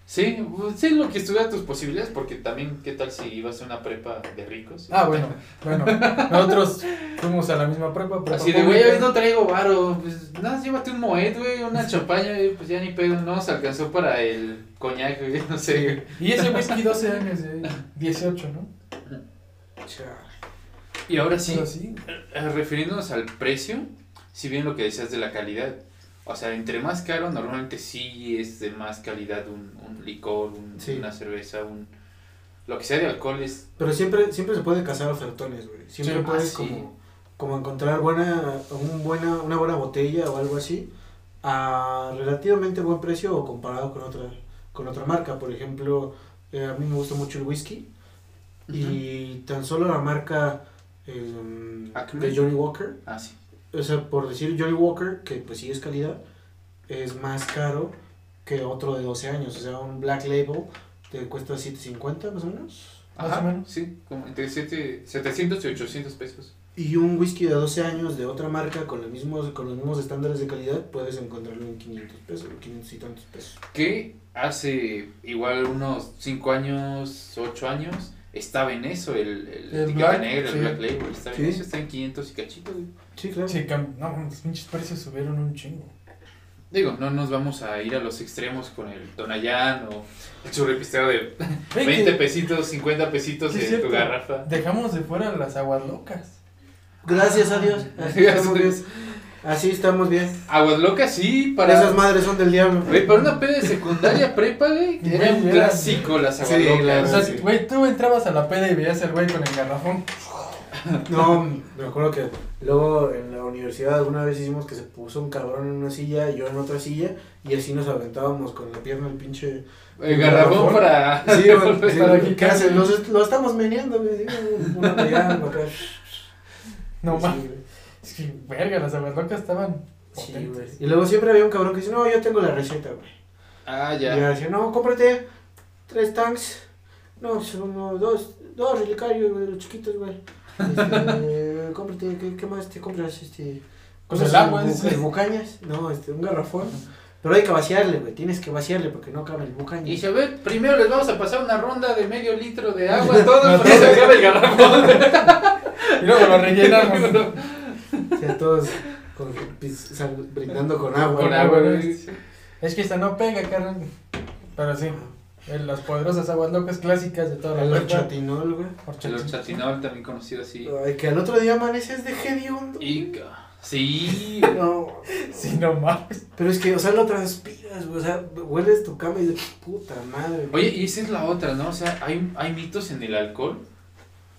[SPEAKER 3] Sí, pues, sí, lo que estudia tus posibilidades, porque también, ¿qué tal si ibas a una prepa de ricos?
[SPEAKER 2] Ah, bueno, bueno, nosotros fuimos a la misma prepa. prepa
[SPEAKER 3] Así de, güey,
[SPEAKER 2] pública.
[SPEAKER 3] hoy no traigo varo, pues nada, llévate un moet, güey, una champaña, y pues ya ni pedo, no, se alcanzó para el coñac, güey, no sé, güey.
[SPEAKER 2] Y ese whisky 12 años, eh, 18, ¿no?
[SPEAKER 3] Y ahora sí,
[SPEAKER 2] Pero sí.
[SPEAKER 3] Eh, Refiriéndonos al precio, si bien lo que decías de la calidad, o sea, entre más caro, normalmente sí es de más calidad un, un licor, un-
[SPEAKER 1] Sí.
[SPEAKER 3] una cerveza, un lo que sea de alcohol es...
[SPEAKER 1] Pero siempre siempre se puede cazar ofertones, güey. Siempre
[SPEAKER 2] Sí,
[SPEAKER 1] puedes
[SPEAKER 3] ah, sí.
[SPEAKER 1] como como encontrar buena un buena una buena botella o algo así a relativamente buen precio o comparado con otra con otra marca, por ejemplo, eh, a mí me gusta mucho el whisky y tan solo la marca eh,
[SPEAKER 3] Acme.
[SPEAKER 1] de Johnny Walker,
[SPEAKER 3] Ah, sí.
[SPEAKER 1] o sea, por decir Johnny Walker, que pues sí es calidad, es más caro que otro de 12 años, o sea, un Black Label te cuesta 7.50 más o menos.
[SPEAKER 2] Más
[SPEAKER 3] Ajá,
[SPEAKER 2] o menos.
[SPEAKER 3] Sí, como entre siete- 700 y 800 pesos.
[SPEAKER 1] Y un whisky de 12 años de otra marca con los mismos, con los mismos estándares de calidad puedes encontrarlo en 500 pesos, 500 y tantos pesos.
[SPEAKER 3] Que hace igual unos 5 años, 8 años, estaba en eso, el, el,
[SPEAKER 2] El
[SPEAKER 3] etiqueta
[SPEAKER 2] Black,
[SPEAKER 3] negra,
[SPEAKER 2] sí.
[SPEAKER 3] el Black Label, estaba
[SPEAKER 1] Sí.
[SPEAKER 3] en eso, está en 500 y cachito, güey.
[SPEAKER 1] Sí, claro.
[SPEAKER 2] Sí, cam- no, los pinches precios subieron un chingo.
[SPEAKER 3] Digo, no nos vamos a ir a los extremos con el Tonayán o el churripistero de
[SPEAKER 2] Ey,
[SPEAKER 3] 20
[SPEAKER 2] que
[SPEAKER 3] pesitos, 50 pesitos
[SPEAKER 2] Sí,
[SPEAKER 3] en
[SPEAKER 2] es
[SPEAKER 3] tu
[SPEAKER 2] cierto.
[SPEAKER 3] garrafa.
[SPEAKER 2] Dejamos de fuera las aguas locas.
[SPEAKER 1] Gracias a Dios. Así estamos bien. Así estamos bien.
[SPEAKER 3] Aguas locas, sí, para.
[SPEAKER 1] Esas madres son del diablo.
[SPEAKER 3] Güey, para una peda de secundaria prepa, güey,
[SPEAKER 2] Güey,
[SPEAKER 3] era un
[SPEAKER 2] era-
[SPEAKER 3] clásico las aguas
[SPEAKER 1] Sí,
[SPEAKER 3] locas.
[SPEAKER 2] O sea,
[SPEAKER 1] sí.
[SPEAKER 2] güey, tú entrabas a la peda y veías al güey con el garrafón.
[SPEAKER 1] No, me acuerdo que luego en la universidad alguna vez hicimos que se puso un cabrón en una silla y yo en otra silla y así nos aventábamos con la pierna el pinche...
[SPEAKER 3] El
[SPEAKER 1] garrafón.
[SPEAKER 3] garrafón para.
[SPEAKER 1] Sí, güey, sí,
[SPEAKER 2] Para
[SPEAKER 1] güey,
[SPEAKER 2] aquí
[SPEAKER 1] ¿qué hacen?
[SPEAKER 2] casi.
[SPEAKER 1] Los est- Lo estamos meneando, güey. sí, Una pegada, para acá.
[SPEAKER 2] No
[SPEAKER 1] Sí,
[SPEAKER 2] mames.
[SPEAKER 1] güey.
[SPEAKER 2] Es que, verga, las aguas locas estaban.
[SPEAKER 1] Sí, güey.
[SPEAKER 2] potentes.
[SPEAKER 1] Y luego siempre había un cabrón que dice, no, yo tengo la receta, güey.
[SPEAKER 3] Ah,
[SPEAKER 1] Y
[SPEAKER 3] ya.
[SPEAKER 1] yo decía, no, cómprate tres tanks. No, pues, uno, dos, dos relicarios, güey, los chiquitos, güey. Este, cómprate, ¿qué, ¿qué más te compras? Este,
[SPEAKER 2] Pues
[SPEAKER 1] cosas
[SPEAKER 2] el agua,
[SPEAKER 1] bu-
[SPEAKER 2] dice.
[SPEAKER 1] bucañas. No, este, un garrafón. Pero hay que vaciarle, güey, tienes que vaciarle porque no cabe el bucaña.
[SPEAKER 3] Y dice, a ver, primero les vamos a pasar una ronda de medio litro de agua a todos
[SPEAKER 2] No,
[SPEAKER 3] para que se
[SPEAKER 2] todos.
[SPEAKER 3] acabe el garrafón.
[SPEAKER 2] Y luego lo rellenamos.
[SPEAKER 1] O sea, todos con- pis- sal- brindando con agua.
[SPEAKER 3] Con
[SPEAKER 1] ¿no?
[SPEAKER 3] agua,
[SPEAKER 2] güey.
[SPEAKER 3] güey.
[SPEAKER 2] es que esta no pega, carnal. Pero sí, eh, las poderosas aguas locas clásicas de toda
[SPEAKER 1] El
[SPEAKER 2] la prepa.
[SPEAKER 1] horchatinol, güey.
[SPEAKER 3] El
[SPEAKER 2] Horchatín.
[SPEAKER 3] horchatinol, también conocido así.
[SPEAKER 1] Ay, que al otro día amaneces de hediondo.
[SPEAKER 3] Y. ca- Sí,
[SPEAKER 1] No,
[SPEAKER 2] Sí, no mames.
[SPEAKER 1] Pero es que, o sea, lo transpiras, güey, o sea, hueles tu cama y dices, puta madre. güey".
[SPEAKER 3] Oye, y esa es la otra, ¿no? O sea, hay, hay mitos en el alcohol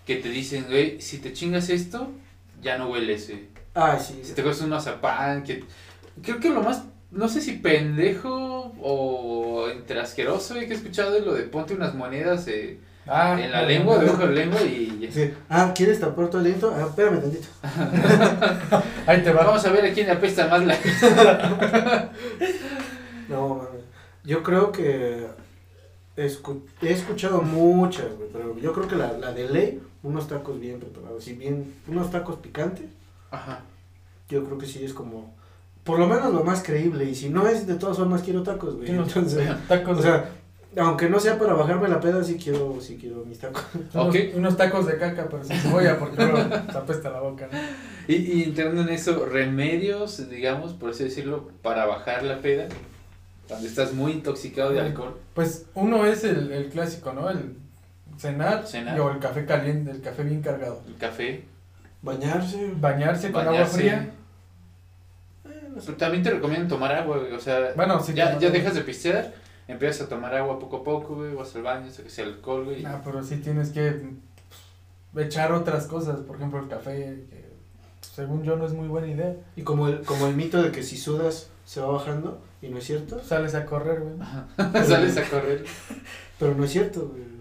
[SPEAKER 3] que te dicen, güey, si te chingas esto, ya no hueles, güey.
[SPEAKER 1] Ah, sí.
[SPEAKER 3] Si te comes un mazapán, que... Creo que lo más, no sé si pendejo o entre asqueroso, güey, que he escuchado es lo de ponte unas monedas eh,
[SPEAKER 2] Ah,
[SPEAKER 3] en la lengua, debajo de la lengua y... ya.
[SPEAKER 1] Sí. Ah, ¿quieres tapar tu aliento? Ah, espérame tantito.
[SPEAKER 2] Ahí te va.
[SPEAKER 3] Vamos a ver a quién le apesta más la...
[SPEAKER 1] No, mames. Yo creo que escu- he escuchado muchas, güey, pero yo creo que la, la de ley, unos tacos bien preparados, si bien unos tacos picantes,
[SPEAKER 3] Ajá.
[SPEAKER 1] yo creo que sí es como por lo menos lo más creíble. Y si no es, de todas formas quiero tacos, güey.
[SPEAKER 2] Quiero
[SPEAKER 1] Entonces,
[SPEAKER 2] Tacos,
[SPEAKER 1] o sea, aunque no sea para bajarme la peda, sí quiero, sí quiero mis tacos.
[SPEAKER 2] unos,
[SPEAKER 3] ok.
[SPEAKER 2] unos tacos de caca, pero sin cebolla, porque luego te apesta la boca, ¿no?
[SPEAKER 3] Y, y entrando en eso, remedios, digamos, por así decirlo, para bajar la peda, cuando estás muy intoxicado de alcohol.
[SPEAKER 2] Pues uno es el, el clásico, ¿no? El cenar,
[SPEAKER 3] Cenar.
[SPEAKER 2] y- o el café caliente, el café bien cargado.
[SPEAKER 3] El café,
[SPEAKER 1] Bañarse.
[SPEAKER 2] Bañarse con agua
[SPEAKER 3] bañarse.
[SPEAKER 2] fría.
[SPEAKER 3] Pero también te recomiendan tomar agua, güey, O sea,
[SPEAKER 2] Bueno, sí.
[SPEAKER 3] ya,
[SPEAKER 2] como-
[SPEAKER 3] ya dejas de pistear, empiezas a tomar agua poco a poco, güey, vas al baño, sacas el alcohol, güey.
[SPEAKER 2] Ah, pero sí tienes que pues, echar otras cosas, por ejemplo el café, que según yo no es muy buena idea.
[SPEAKER 1] Y como el, como el mito de que si sudas se va bajando, y no es cierto,
[SPEAKER 2] Sales a correr, güey. pues,
[SPEAKER 3] Sales a correr.
[SPEAKER 1] pero no es cierto, güey.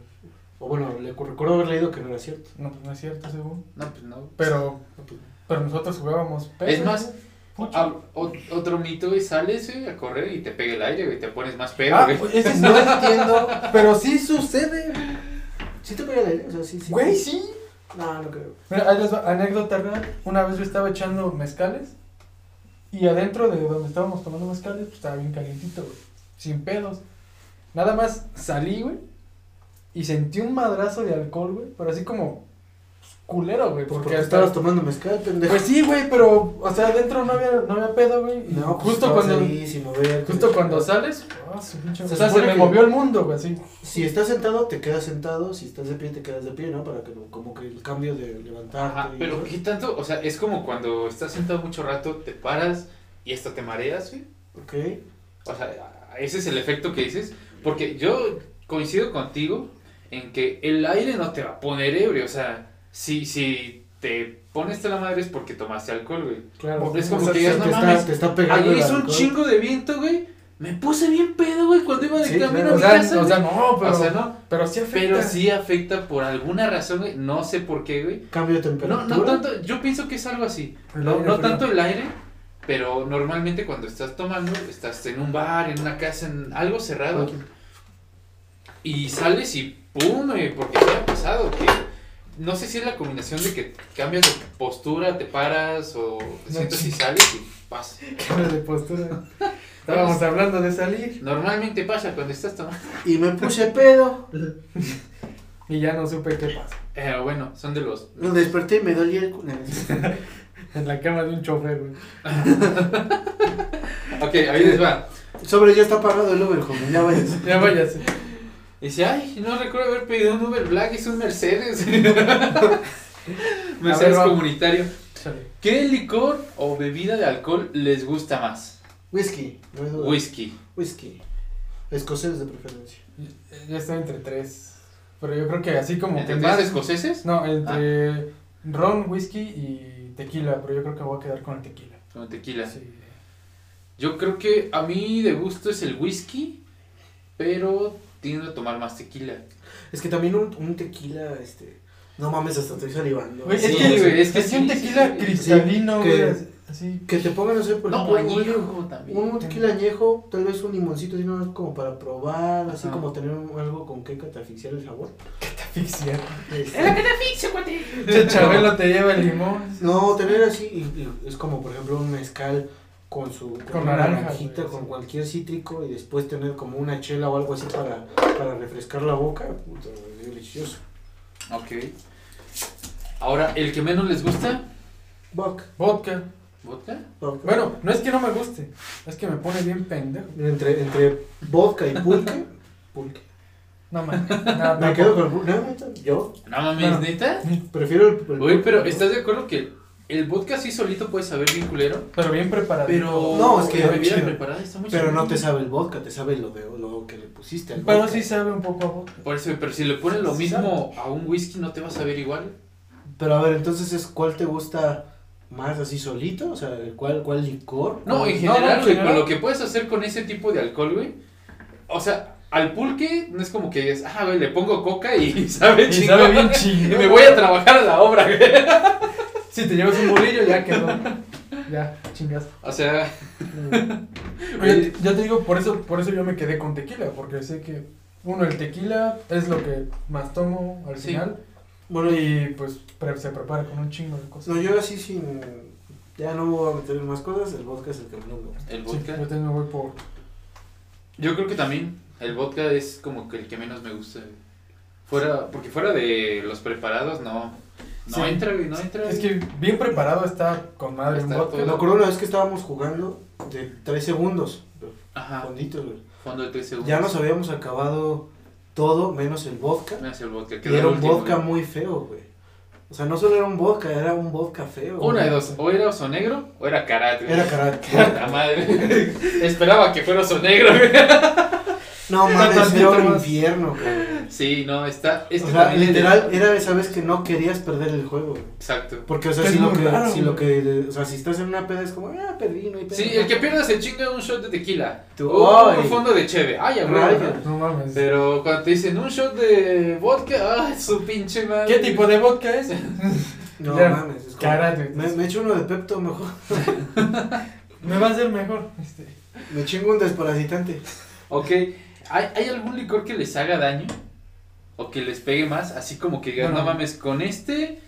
[SPEAKER 1] O bueno, le recuerdo haber leído que no era cierto.
[SPEAKER 2] No, pues no es cierto, según.
[SPEAKER 3] No, pues no.
[SPEAKER 2] Pero,
[SPEAKER 1] No, pues,
[SPEAKER 2] pero nosotros jugábamos
[SPEAKER 3] Es más,
[SPEAKER 2] güey. Pucho.
[SPEAKER 3] Ah, ot- otro mito, güey, sales, güey, a correr y te pega el aire, güey, te pones más pedo,
[SPEAKER 2] Ah,
[SPEAKER 3] güey.
[SPEAKER 2] ese sí no entiendo, pero sí sucede.
[SPEAKER 1] ¿Sí te pega el aire? O sea, sí, sí.
[SPEAKER 2] Güey, sí.
[SPEAKER 1] No, no creo.
[SPEAKER 2] Mira, ahí les va, anécdota real. Una vez yo estaba echando mezcales y adentro de donde estábamos tomando mezcales, pues estaba bien calientito, güey. Sin pedos. Nada más salí, güey, y sentí un madrazo de alcohol, güey, pero así como pues, culero, güey,
[SPEAKER 1] Porque,
[SPEAKER 2] porque hasta-
[SPEAKER 1] estabas tomando mezcal, pendejo.
[SPEAKER 2] Pues sí, güey, pero, o sea, adentro no había, no había pedo, güey. y
[SPEAKER 1] no, pues,
[SPEAKER 2] justo
[SPEAKER 1] estabas
[SPEAKER 2] cuando,
[SPEAKER 1] ahí sin mover.
[SPEAKER 2] justo cuando sales, ah, su pinche-
[SPEAKER 1] Se
[SPEAKER 2] o sea, se
[SPEAKER 1] supone
[SPEAKER 2] me
[SPEAKER 1] que-
[SPEAKER 2] movió el mundo, güey, así.
[SPEAKER 1] Si estás sentado, te quedas sentado. Si estás de pie, te quedas de pie, ¿no? Para que no- como que el cambio de levantarte.
[SPEAKER 3] Ajá,
[SPEAKER 1] y-
[SPEAKER 3] pero ¿qué tanto? O sea, es como cuando estás sentado mucho rato, te paras y hasta te mareas, güey.
[SPEAKER 1] Ok.
[SPEAKER 3] O sea, ese es el efecto que dices. Porque yo coincido contigo en que el aire no te va a poner ebrio. O sea, si, si te pones a la madre es porque tomaste alcohol, güey.
[SPEAKER 2] Claro.
[SPEAKER 3] Es como
[SPEAKER 1] O sea, Pues se-
[SPEAKER 3] que digas,
[SPEAKER 1] te,
[SPEAKER 3] no
[SPEAKER 1] está,
[SPEAKER 3] mames,
[SPEAKER 1] te está pegando.
[SPEAKER 3] Ayer
[SPEAKER 1] el
[SPEAKER 3] hizo un
[SPEAKER 1] alcohol.
[SPEAKER 3] chingo de viento, güey. Me puse bien pedo, güey, cuando iba de
[SPEAKER 1] Sí,
[SPEAKER 3] camino
[SPEAKER 1] claro.
[SPEAKER 3] a
[SPEAKER 2] O
[SPEAKER 3] mi
[SPEAKER 2] sea,
[SPEAKER 3] casa.
[SPEAKER 2] o sea, no,
[SPEAKER 3] güey.
[SPEAKER 2] pero,
[SPEAKER 3] O sea, no.
[SPEAKER 2] pero sí afecta.
[SPEAKER 3] Pero sí afecta por alguna razón, güey. No sé por qué, güey.
[SPEAKER 1] Cambio de
[SPEAKER 3] No,
[SPEAKER 1] temperatura.
[SPEAKER 3] no tanto, yo pienso que es algo así.
[SPEAKER 2] El
[SPEAKER 3] No,
[SPEAKER 2] aire
[SPEAKER 3] no
[SPEAKER 2] frío.
[SPEAKER 3] tanto el aire, pero normalmente cuando estás tomando, estás en un bar, en una casa, en algo cerrado. Y sales y ¡pum! eh, Porque me ha pasado que... No sé si es la combinación de que cambias de postura, te paras o te
[SPEAKER 2] No,
[SPEAKER 3] sientas
[SPEAKER 2] sí.
[SPEAKER 3] y sales y pasa.
[SPEAKER 2] Cambio de postura.
[SPEAKER 3] Pues-
[SPEAKER 2] Estábamos hablando de salir
[SPEAKER 3] Normalmente pasa cuando estás tomando.
[SPEAKER 1] Y me puse pedo.
[SPEAKER 2] y ya no supe qué pasó.
[SPEAKER 3] Pero bueno, son de los...
[SPEAKER 1] Lo desperté y me dolía el culo.
[SPEAKER 2] En la cama de un chofer, güey.
[SPEAKER 3] Ok, ahí les va.
[SPEAKER 1] Sobre ya está parado el Uber, joven. Ya vayas.
[SPEAKER 2] Ya váyase.
[SPEAKER 3] Dice, ay, no recuerdo haber pedido un Uber Black, es un Mercedes.
[SPEAKER 2] A ver,
[SPEAKER 3] Mercedes
[SPEAKER 2] vamos.
[SPEAKER 3] comunitario.
[SPEAKER 2] Chale.
[SPEAKER 3] ¿Qué licor o bebida de alcohol les gusta más?
[SPEAKER 1] Whisky. no hay duda.
[SPEAKER 3] Whisky.
[SPEAKER 1] Whisky. Escocés de preferencia.
[SPEAKER 2] Ya está entre tres. Pero yo creo que así como
[SPEAKER 3] ¿Entre
[SPEAKER 2] que
[SPEAKER 3] tres Ah.
[SPEAKER 2] más-
[SPEAKER 3] escoceses?
[SPEAKER 2] No, entre ron, whisky y tequila. Pero yo creo que voy a quedar con el tequila.
[SPEAKER 3] Con tequila.
[SPEAKER 2] Sí.
[SPEAKER 3] Yo creo que a mí de gusto es el whisky, pero tiendo a tomar más tequila.
[SPEAKER 1] Es que también un, un tequila, este. No mames, hasta estoy salivando.
[SPEAKER 2] Güey,
[SPEAKER 3] Sí,
[SPEAKER 2] es que,
[SPEAKER 3] güey, es
[SPEAKER 2] es
[SPEAKER 3] que
[SPEAKER 2] que un
[SPEAKER 3] sí,
[SPEAKER 2] tequila
[SPEAKER 3] sí, sí.
[SPEAKER 2] cristalino,
[SPEAKER 1] Sí, que-
[SPEAKER 2] güey. Así.
[SPEAKER 1] Que te pongan a hacer por
[SPEAKER 3] No,
[SPEAKER 1] ejemplo, Pues un-
[SPEAKER 3] añejo también.
[SPEAKER 1] Un tequila añejo, tal vez un limoncito, así nomás como para probar, así
[SPEAKER 3] Ajá.
[SPEAKER 1] como tener un- algo con que catafixiar el sabor.
[SPEAKER 2] Asfixia.
[SPEAKER 1] Este,
[SPEAKER 2] Che, Chabelo te lleva el limón.
[SPEAKER 1] no, tener así, y- y es como por ejemplo un mezcal con su con
[SPEAKER 2] Con
[SPEAKER 1] una
[SPEAKER 2] naranja,
[SPEAKER 1] naranjita,
[SPEAKER 2] güey,
[SPEAKER 1] con
[SPEAKER 2] sí.
[SPEAKER 1] cualquier cítrico y después tener como una chela o algo así para, para refrescar la boca. Puta, güey, delicioso.
[SPEAKER 3] Ok. Ahora, ¿el que menos les gusta?
[SPEAKER 1] Buck,
[SPEAKER 2] Vodka.
[SPEAKER 3] ¿Vodka?
[SPEAKER 1] buck.
[SPEAKER 2] Bueno, no es que no me guste. Es que me pone bien pendejo.
[SPEAKER 1] entre, entre vodka y pulque, pulque.
[SPEAKER 2] No mames. No,
[SPEAKER 1] Me
[SPEAKER 2] no,
[SPEAKER 1] quedo con el pulque. No, neta, yo
[SPEAKER 3] No mames,
[SPEAKER 2] Bueno.
[SPEAKER 3] ¿neta?
[SPEAKER 1] prefiero el, el
[SPEAKER 3] Oye, pero
[SPEAKER 1] pulque.
[SPEAKER 3] ¿estás de acuerdo que el vodka sí solito puede saber bien culero?
[SPEAKER 2] Pero bien preparado.
[SPEAKER 3] Pero
[SPEAKER 1] No, es que
[SPEAKER 3] la
[SPEAKER 1] está
[SPEAKER 3] bebida
[SPEAKER 1] chido.
[SPEAKER 3] preparada está muy
[SPEAKER 1] Pero no
[SPEAKER 3] chingona.
[SPEAKER 1] te sabe el vodka, te sabe lo, de, lo que le pusiste al
[SPEAKER 2] Pero
[SPEAKER 1] vodka.
[SPEAKER 2] sí sabe un poco a vodka.
[SPEAKER 3] Por eso, pero si le pones lo
[SPEAKER 1] Sí
[SPEAKER 3] mismo a un whisky no te va a saber igual.
[SPEAKER 1] Pero a ver, entonces es cuál te gusta más así solito, o sea, cuál, cuál licor.
[SPEAKER 3] No,
[SPEAKER 1] ¿Cuál-
[SPEAKER 3] en
[SPEAKER 2] No, no,
[SPEAKER 3] general,
[SPEAKER 2] en
[SPEAKER 3] güey,
[SPEAKER 2] general.
[SPEAKER 3] con lo que puedes hacer con ese tipo de alcohol, güey. O sea, al pulque no es como que es, ah, güey, le pongo coca y sabe
[SPEAKER 2] Y
[SPEAKER 3] chingón.
[SPEAKER 2] sabe bien
[SPEAKER 3] Y
[SPEAKER 2] chingón.
[SPEAKER 3] me voy a trabajar a la obra, güey.
[SPEAKER 2] Si te llevas un bolillo, ya quedó. Ya, chingas.
[SPEAKER 3] O sea,
[SPEAKER 1] Mm.
[SPEAKER 2] Yo, yo te digo, por eso, por eso yo me quedé con tequila. Porque sé que, uno, el tequila es lo que más tomo al
[SPEAKER 3] Sí.
[SPEAKER 2] final.
[SPEAKER 1] Bueno, y-
[SPEAKER 2] Y pues pre- se prepara con un chingo de cosas.
[SPEAKER 1] no, yo así sin, Ya no voy a meter en más cosas, el vodka es el que menos me gusta.
[SPEAKER 3] El
[SPEAKER 2] Sí,
[SPEAKER 3] vodka.
[SPEAKER 2] yo también me voy por.
[SPEAKER 3] Yo creo que también el vodka es como que el que menos me gusta. güey. Fuera, porque fuera de los preparados, no. No
[SPEAKER 2] Sí.
[SPEAKER 3] entra, güey, no entra.
[SPEAKER 2] Es que bien preparado está con madre un
[SPEAKER 3] Está
[SPEAKER 2] vodka.
[SPEAKER 1] Me acuerdo una vez que estábamos jugando de 3 segundos,
[SPEAKER 3] Ajá,
[SPEAKER 1] fonditos, güey.
[SPEAKER 3] fondo de 3 segundos.
[SPEAKER 1] Ya nos habíamos acabado todo menos el vodka.
[SPEAKER 3] Me hace el vodka.
[SPEAKER 1] Y
[SPEAKER 3] quedó
[SPEAKER 1] era
[SPEAKER 3] el
[SPEAKER 1] un
[SPEAKER 3] último,
[SPEAKER 1] vodka
[SPEAKER 3] güey.
[SPEAKER 1] muy feo, güey. O sea, no solo era un vodka, era un vodka feo.
[SPEAKER 3] Una de
[SPEAKER 1] güey.
[SPEAKER 3] dos, o era oso negro o era karate. güey.
[SPEAKER 1] Era carácter.
[SPEAKER 3] Puta madre. Esperaba que fuera oso negro, güey.
[SPEAKER 1] No mames,
[SPEAKER 2] tantito
[SPEAKER 1] era un
[SPEAKER 2] más.
[SPEAKER 1] infierno, güey.
[SPEAKER 3] Sí, no, está. Este
[SPEAKER 1] o sea,
[SPEAKER 3] también es de-
[SPEAKER 1] literal, eh. era esa vez que no querías perder el juego, güey.
[SPEAKER 3] Exacto.
[SPEAKER 1] Porque, o sea,
[SPEAKER 2] Es
[SPEAKER 1] si lo,
[SPEAKER 2] muy
[SPEAKER 1] que,
[SPEAKER 2] raro,
[SPEAKER 1] si lo que. O sea, si estás en una peda es como, ah, perdí, no hay pedo.
[SPEAKER 3] Sí, el que pierda se chinga un shot de tequila.
[SPEAKER 1] Tú-
[SPEAKER 3] o
[SPEAKER 1] ¡Ay!
[SPEAKER 3] un fondo de cheve. Ay, a huevo.
[SPEAKER 1] Rayos.
[SPEAKER 2] No mames.
[SPEAKER 3] Pero cuando te dicen un shot de vodka, ay, su pinche madre.
[SPEAKER 2] ¿Qué tipo de vodka es?
[SPEAKER 1] No
[SPEAKER 2] Ya,
[SPEAKER 1] mames, es como.
[SPEAKER 2] karate.
[SPEAKER 1] Me, me echo uno de Pepto mejor.
[SPEAKER 2] Me va a hacer mejor. Este.
[SPEAKER 1] Me chingo un desparasitante.
[SPEAKER 3] Ok, ¿Hay, hay algún licor que les haga daño? ¿O que les pegue más? Así como que digan,
[SPEAKER 2] No.
[SPEAKER 3] no mames, con este,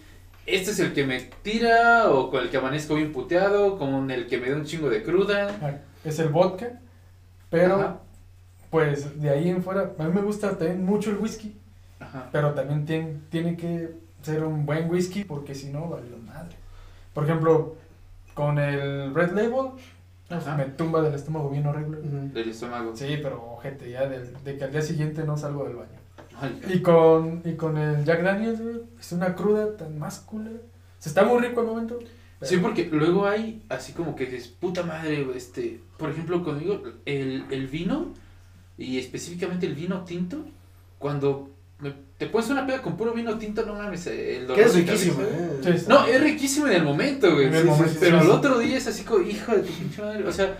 [SPEAKER 3] este es el que me tira, o con el que amanezco bien puteado, con el que me da un chingo de cruda.
[SPEAKER 2] Ah, Es el vodka. Pero,
[SPEAKER 3] Ajá.
[SPEAKER 2] pues de ahí en fuera. A mí me gusta también mucho el whisky.
[SPEAKER 3] Ajá.
[SPEAKER 2] Pero también tiene, tiene que ser un buen whisky porque si no, valió madre. Por ejemplo, con el Red Label, pues,
[SPEAKER 3] Ajá.
[SPEAKER 2] me tumba del estómago bien horrible.
[SPEAKER 3] Del estómago.
[SPEAKER 2] Sí, pero gente, ya del- de que al día siguiente no salgo del baño.
[SPEAKER 3] Ay,
[SPEAKER 2] Y con, y con el Jack Daniels, güey, es una cruda tan más culera. O sea, está muy rico al momento. pero-
[SPEAKER 3] Sí, porque luego hay así como que dices, puta madre, güey, este, por ejemplo, conmigo, el, el vino, y específicamente el vino tinto, cuando me- te pones una peda con puro vino tinto, no mames, eh, el dolor
[SPEAKER 1] Que es
[SPEAKER 3] de cabeza,
[SPEAKER 1] riquísimo,
[SPEAKER 3] güey.
[SPEAKER 1] eh.
[SPEAKER 2] Sí,
[SPEAKER 3] No, es riquísimo en el momento, güey.
[SPEAKER 2] En
[SPEAKER 1] Sí,
[SPEAKER 2] el
[SPEAKER 1] sí,
[SPEAKER 2] momento,
[SPEAKER 1] sí,
[SPEAKER 3] Pero
[SPEAKER 2] sí,
[SPEAKER 3] al
[SPEAKER 2] sí.
[SPEAKER 3] otro día es así como, hijo de tu pinche madre. O sea,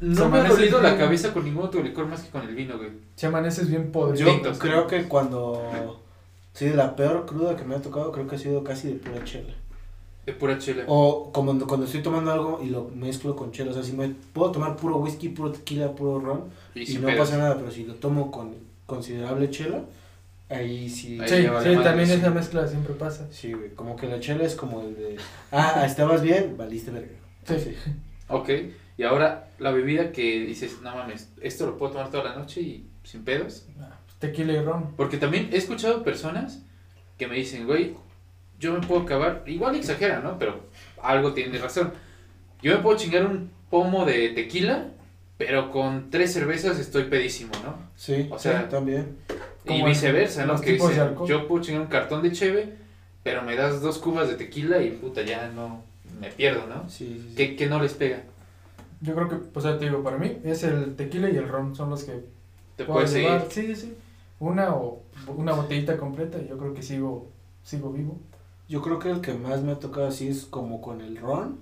[SPEAKER 3] no
[SPEAKER 2] Se
[SPEAKER 3] me ha
[SPEAKER 2] amanece
[SPEAKER 3] dolido la
[SPEAKER 2] bien.
[SPEAKER 3] cabeza con ningún otro licor más que con el vino, güey.
[SPEAKER 2] Si amaneces bien
[SPEAKER 1] Yo
[SPEAKER 2] podrido.
[SPEAKER 3] Tintos.
[SPEAKER 1] creo que cuando. Sí, de la peor cruda que me ha tocado, creo que ha sido casi de pura chela.
[SPEAKER 3] De pura
[SPEAKER 2] Oh,
[SPEAKER 3] chela.
[SPEAKER 1] O como cuando estoy tomando algo y lo mezclo con chela. O sea, si me puedo tomar puro whisky, puro tequila, puro ron
[SPEAKER 3] y
[SPEAKER 1] y,
[SPEAKER 3] sin
[SPEAKER 1] no
[SPEAKER 3] pedos.
[SPEAKER 1] pasa nada, pero si lo tomo con considerable chela, ahí sí.
[SPEAKER 3] Ahí
[SPEAKER 2] Sí,
[SPEAKER 3] ya vale
[SPEAKER 2] sí,
[SPEAKER 3] madre,
[SPEAKER 2] también
[SPEAKER 3] sí.
[SPEAKER 2] es la mezcla, siempre pasa.
[SPEAKER 1] Sí, güey. Como que la chela es como el de. Ah, estabas bien, valiste verga.
[SPEAKER 2] Sí.
[SPEAKER 3] Ok, y ahora la bebida que dices, no mames, esto lo puedo tomar toda la noche y sin pedos.
[SPEAKER 2] Ah, Tequila y ron.
[SPEAKER 3] Porque también he escuchado personas que me dicen, güey, yo me puedo acabar. Igual exagera, ¿no? Pero algo tiene razón. Yo me puedo chingar un pomo de tequila, pero con tres cervezas estoy pedísimo, ¿no?
[SPEAKER 1] Sí,
[SPEAKER 3] O sea,
[SPEAKER 1] sí, también.
[SPEAKER 3] Y
[SPEAKER 2] Como
[SPEAKER 3] viceversa,
[SPEAKER 2] el-
[SPEAKER 3] ¿no?
[SPEAKER 2] los
[SPEAKER 3] Que
[SPEAKER 2] tipos de
[SPEAKER 3] dicen,
[SPEAKER 2] alcohol.
[SPEAKER 3] yo puedo chingar un cartón de cheve, pero me das dos cubas de tequila y puta, ya no, me pierdo, ¿no?
[SPEAKER 1] Sí, sí, sí.
[SPEAKER 3] ¿Qué, qué no les pega?
[SPEAKER 2] Yo creo que, pues ya te digo, para mí es el tequila y el ron son los que
[SPEAKER 3] Te puedes seguir.
[SPEAKER 2] llevar. Sí, sí. Una o una botellita completa y yo creo que sigo sigo vivo.
[SPEAKER 1] Yo creo que el que más me ha tocado así es como con el ron.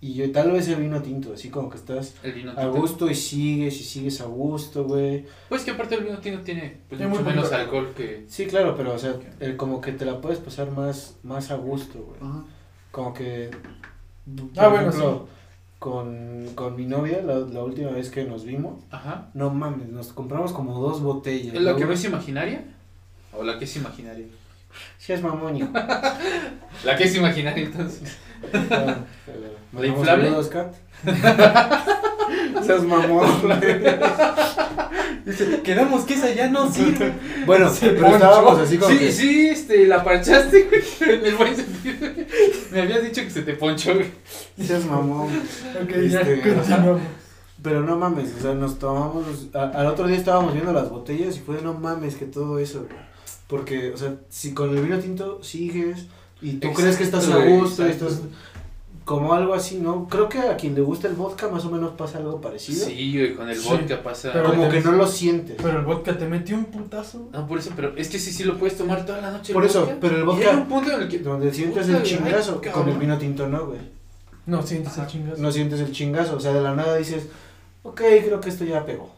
[SPEAKER 1] Y yo, tal vez el vino tinto, así como que estás
[SPEAKER 3] El vino
[SPEAKER 1] a
[SPEAKER 3] tinto.
[SPEAKER 1] gusto y sigues y sigues a gusto, güey.
[SPEAKER 3] Pues que aparte el vino tinto tiene pues,
[SPEAKER 2] Tiene
[SPEAKER 3] mucho
[SPEAKER 2] muy
[SPEAKER 3] menos
[SPEAKER 2] poquito.
[SPEAKER 3] alcohol que...
[SPEAKER 1] Sí, claro, pero o sea, el- como que te la puedes pasar más, más a gusto, güey. Como que. por
[SPEAKER 2] Ah, bueno,
[SPEAKER 1] con, con mi novia, la, la última vez que nos vimos,
[SPEAKER 3] Ajá.
[SPEAKER 1] no mames, nos compramos como dos botellas.
[SPEAKER 3] ¿Es la que
[SPEAKER 1] güey.
[SPEAKER 3] no es imaginaria? ¿O la que es imaginaria?
[SPEAKER 1] Sí, es mamón, hijo.
[SPEAKER 3] La que es imaginaria, entonces.
[SPEAKER 1] Ah,
[SPEAKER 3] ¿La inflable?
[SPEAKER 1] Saludos, Kat. Seas mamón. güey.
[SPEAKER 2] Quedamos que esa ya no sirve.
[SPEAKER 1] Bueno,
[SPEAKER 2] Se
[SPEAKER 1] pero
[SPEAKER 2] ponchó.
[SPEAKER 1] estábamos así como
[SPEAKER 3] Sí,
[SPEAKER 1] que-
[SPEAKER 3] sí, este, la parchaste, güey, en el buen sentido. Me habías dicho que se te ponchó, güey.
[SPEAKER 1] Seas mamón.
[SPEAKER 2] ok,
[SPEAKER 1] Este,
[SPEAKER 2] ya continuamos.
[SPEAKER 1] Pero no mames, o sea, nos tomamos. a- al otro día estábamos viendo las botellas y fue de no mames que todo eso. güey. Porque, o sea, si con el vino tinto sigues y tú
[SPEAKER 3] Exacto,
[SPEAKER 1] crees que estás a
[SPEAKER 3] güey,
[SPEAKER 1] gusto y
[SPEAKER 3] exacto.
[SPEAKER 1] estás. Como algo así, ¿no? Creo que a quien le gusta el vodka más o menos pasa algo parecido.
[SPEAKER 3] Sí, güey, con el
[SPEAKER 2] Sí,
[SPEAKER 3] vodka pasa...
[SPEAKER 2] pero
[SPEAKER 1] Como que
[SPEAKER 2] Pero-
[SPEAKER 1] no lo sientes.
[SPEAKER 2] Pero el vodka te metió un putazo.
[SPEAKER 3] No, Ah, por eso, pero es que sí, sí lo puedes tomar toda la noche.
[SPEAKER 1] Por
[SPEAKER 3] el
[SPEAKER 1] eso,
[SPEAKER 3] vodka.
[SPEAKER 1] pero el
[SPEAKER 3] Y llega un
[SPEAKER 1] vodka.
[SPEAKER 3] punto en el que.
[SPEAKER 1] Donde sientes
[SPEAKER 3] Puta,
[SPEAKER 1] el
[SPEAKER 3] güey,
[SPEAKER 1] chingazo. Con el
[SPEAKER 3] cabrón.
[SPEAKER 1] vino tinto no, güey.
[SPEAKER 2] No sientes el
[SPEAKER 3] Ajá.
[SPEAKER 2] chingazo.
[SPEAKER 1] No sientes el chingazo. O sea, de la nada dices, ok, creo que esto ya pegó.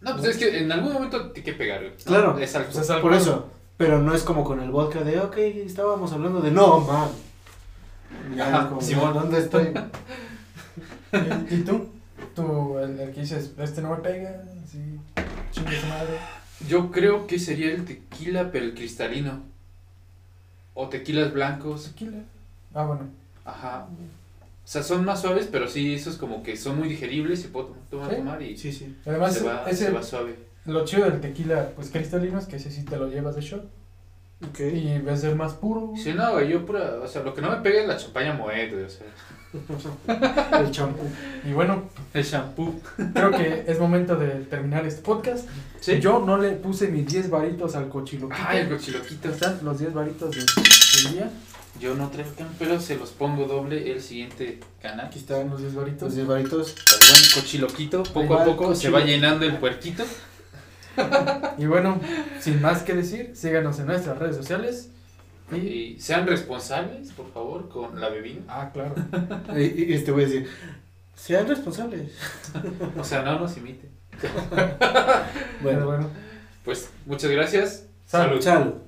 [SPEAKER 3] No, pues es que en algún momento tiene que pegar, güey. Ah,
[SPEAKER 1] Claro.
[SPEAKER 3] No, Es algo.
[SPEAKER 2] Pues es algo.
[SPEAKER 1] Por eso. Pero no es como con el vodka de, ok, estábamos hablando de, no, man. Ya,
[SPEAKER 3] Ajá,
[SPEAKER 1] es como,
[SPEAKER 3] Simón.
[SPEAKER 1] ¿dónde estoy?
[SPEAKER 2] ¿Y, y tú? Tú, el, el que dices, este no me pega, sí, chingue su madre.
[SPEAKER 3] Yo creo que sería el tequila, pero el cristalino. O tequilas blancos.
[SPEAKER 2] Tequila. Ah, Pues bueno.
[SPEAKER 3] Ajá. O sea, son más suaves, pero sí, esos como que son muy digeribles y puedo tomar,
[SPEAKER 2] Sí.
[SPEAKER 3] tomar y
[SPEAKER 1] Sí, sí.
[SPEAKER 2] Además,
[SPEAKER 3] se, va,
[SPEAKER 2] ese,
[SPEAKER 3] se va suave.
[SPEAKER 2] lo chido del tequila, pues cristalino, es que ese sí te lo llevas de shot.
[SPEAKER 1] Ok.
[SPEAKER 2] Y ves ser más puro. güey.
[SPEAKER 3] Sí, no, güey, yo pura, o sea, lo que no me pega es la champaña moet, güey, o sea,
[SPEAKER 1] El champú.
[SPEAKER 2] Y bueno,
[SPEAKER 3] el shampoo.
[SPEAKER 2] creo que es momento de terminar este podcast.
[SPEAKER 3] Sí,
[SPEAKER 2] Yo no le puse mis 10 varitos al cochiloquito.
[SPEAKER 3] Ay, el cochiloquito.
[SPEAKER 2] Están los 10 varitos de- del día.
[SPEAKER 3] Yo no traigo can, pero se los pongo doble el siguiente canal.
[SPEAKER 2] Aquí están los 10 varitos.
[SPEAKER 1] Los llevaritos.
[SPEAKER 3] El buen cochiloquito, poco a
[SPEAKER 1] Igual,
[SPEAKER 3] poco se va
[SPEAKER 1] cochiloquito.
[SPEAKER 3] llenando el puerquito.
[SPEAKER 2] Y bueno, sin más que decir, síganos en nuestras redes sociales. Y...
[SPEAKER 3] Y sean responsables, por favor, con la bebida.
[SPEAKER 2] Ah, claro.
[SPEAKER 1] Y, y- y te voy a decir, sean responsables.
[SPEAKER 3] O sea, no nos imiten.
[SPEAKER 2] Pero
[SPEAKER 1] Bueno,
[SPEAKER 2] bueno.
[SPEAKER 3] Pues muchas gracias.
[SPEAKER 2] Salud.
[SPEAKER 1] chalo.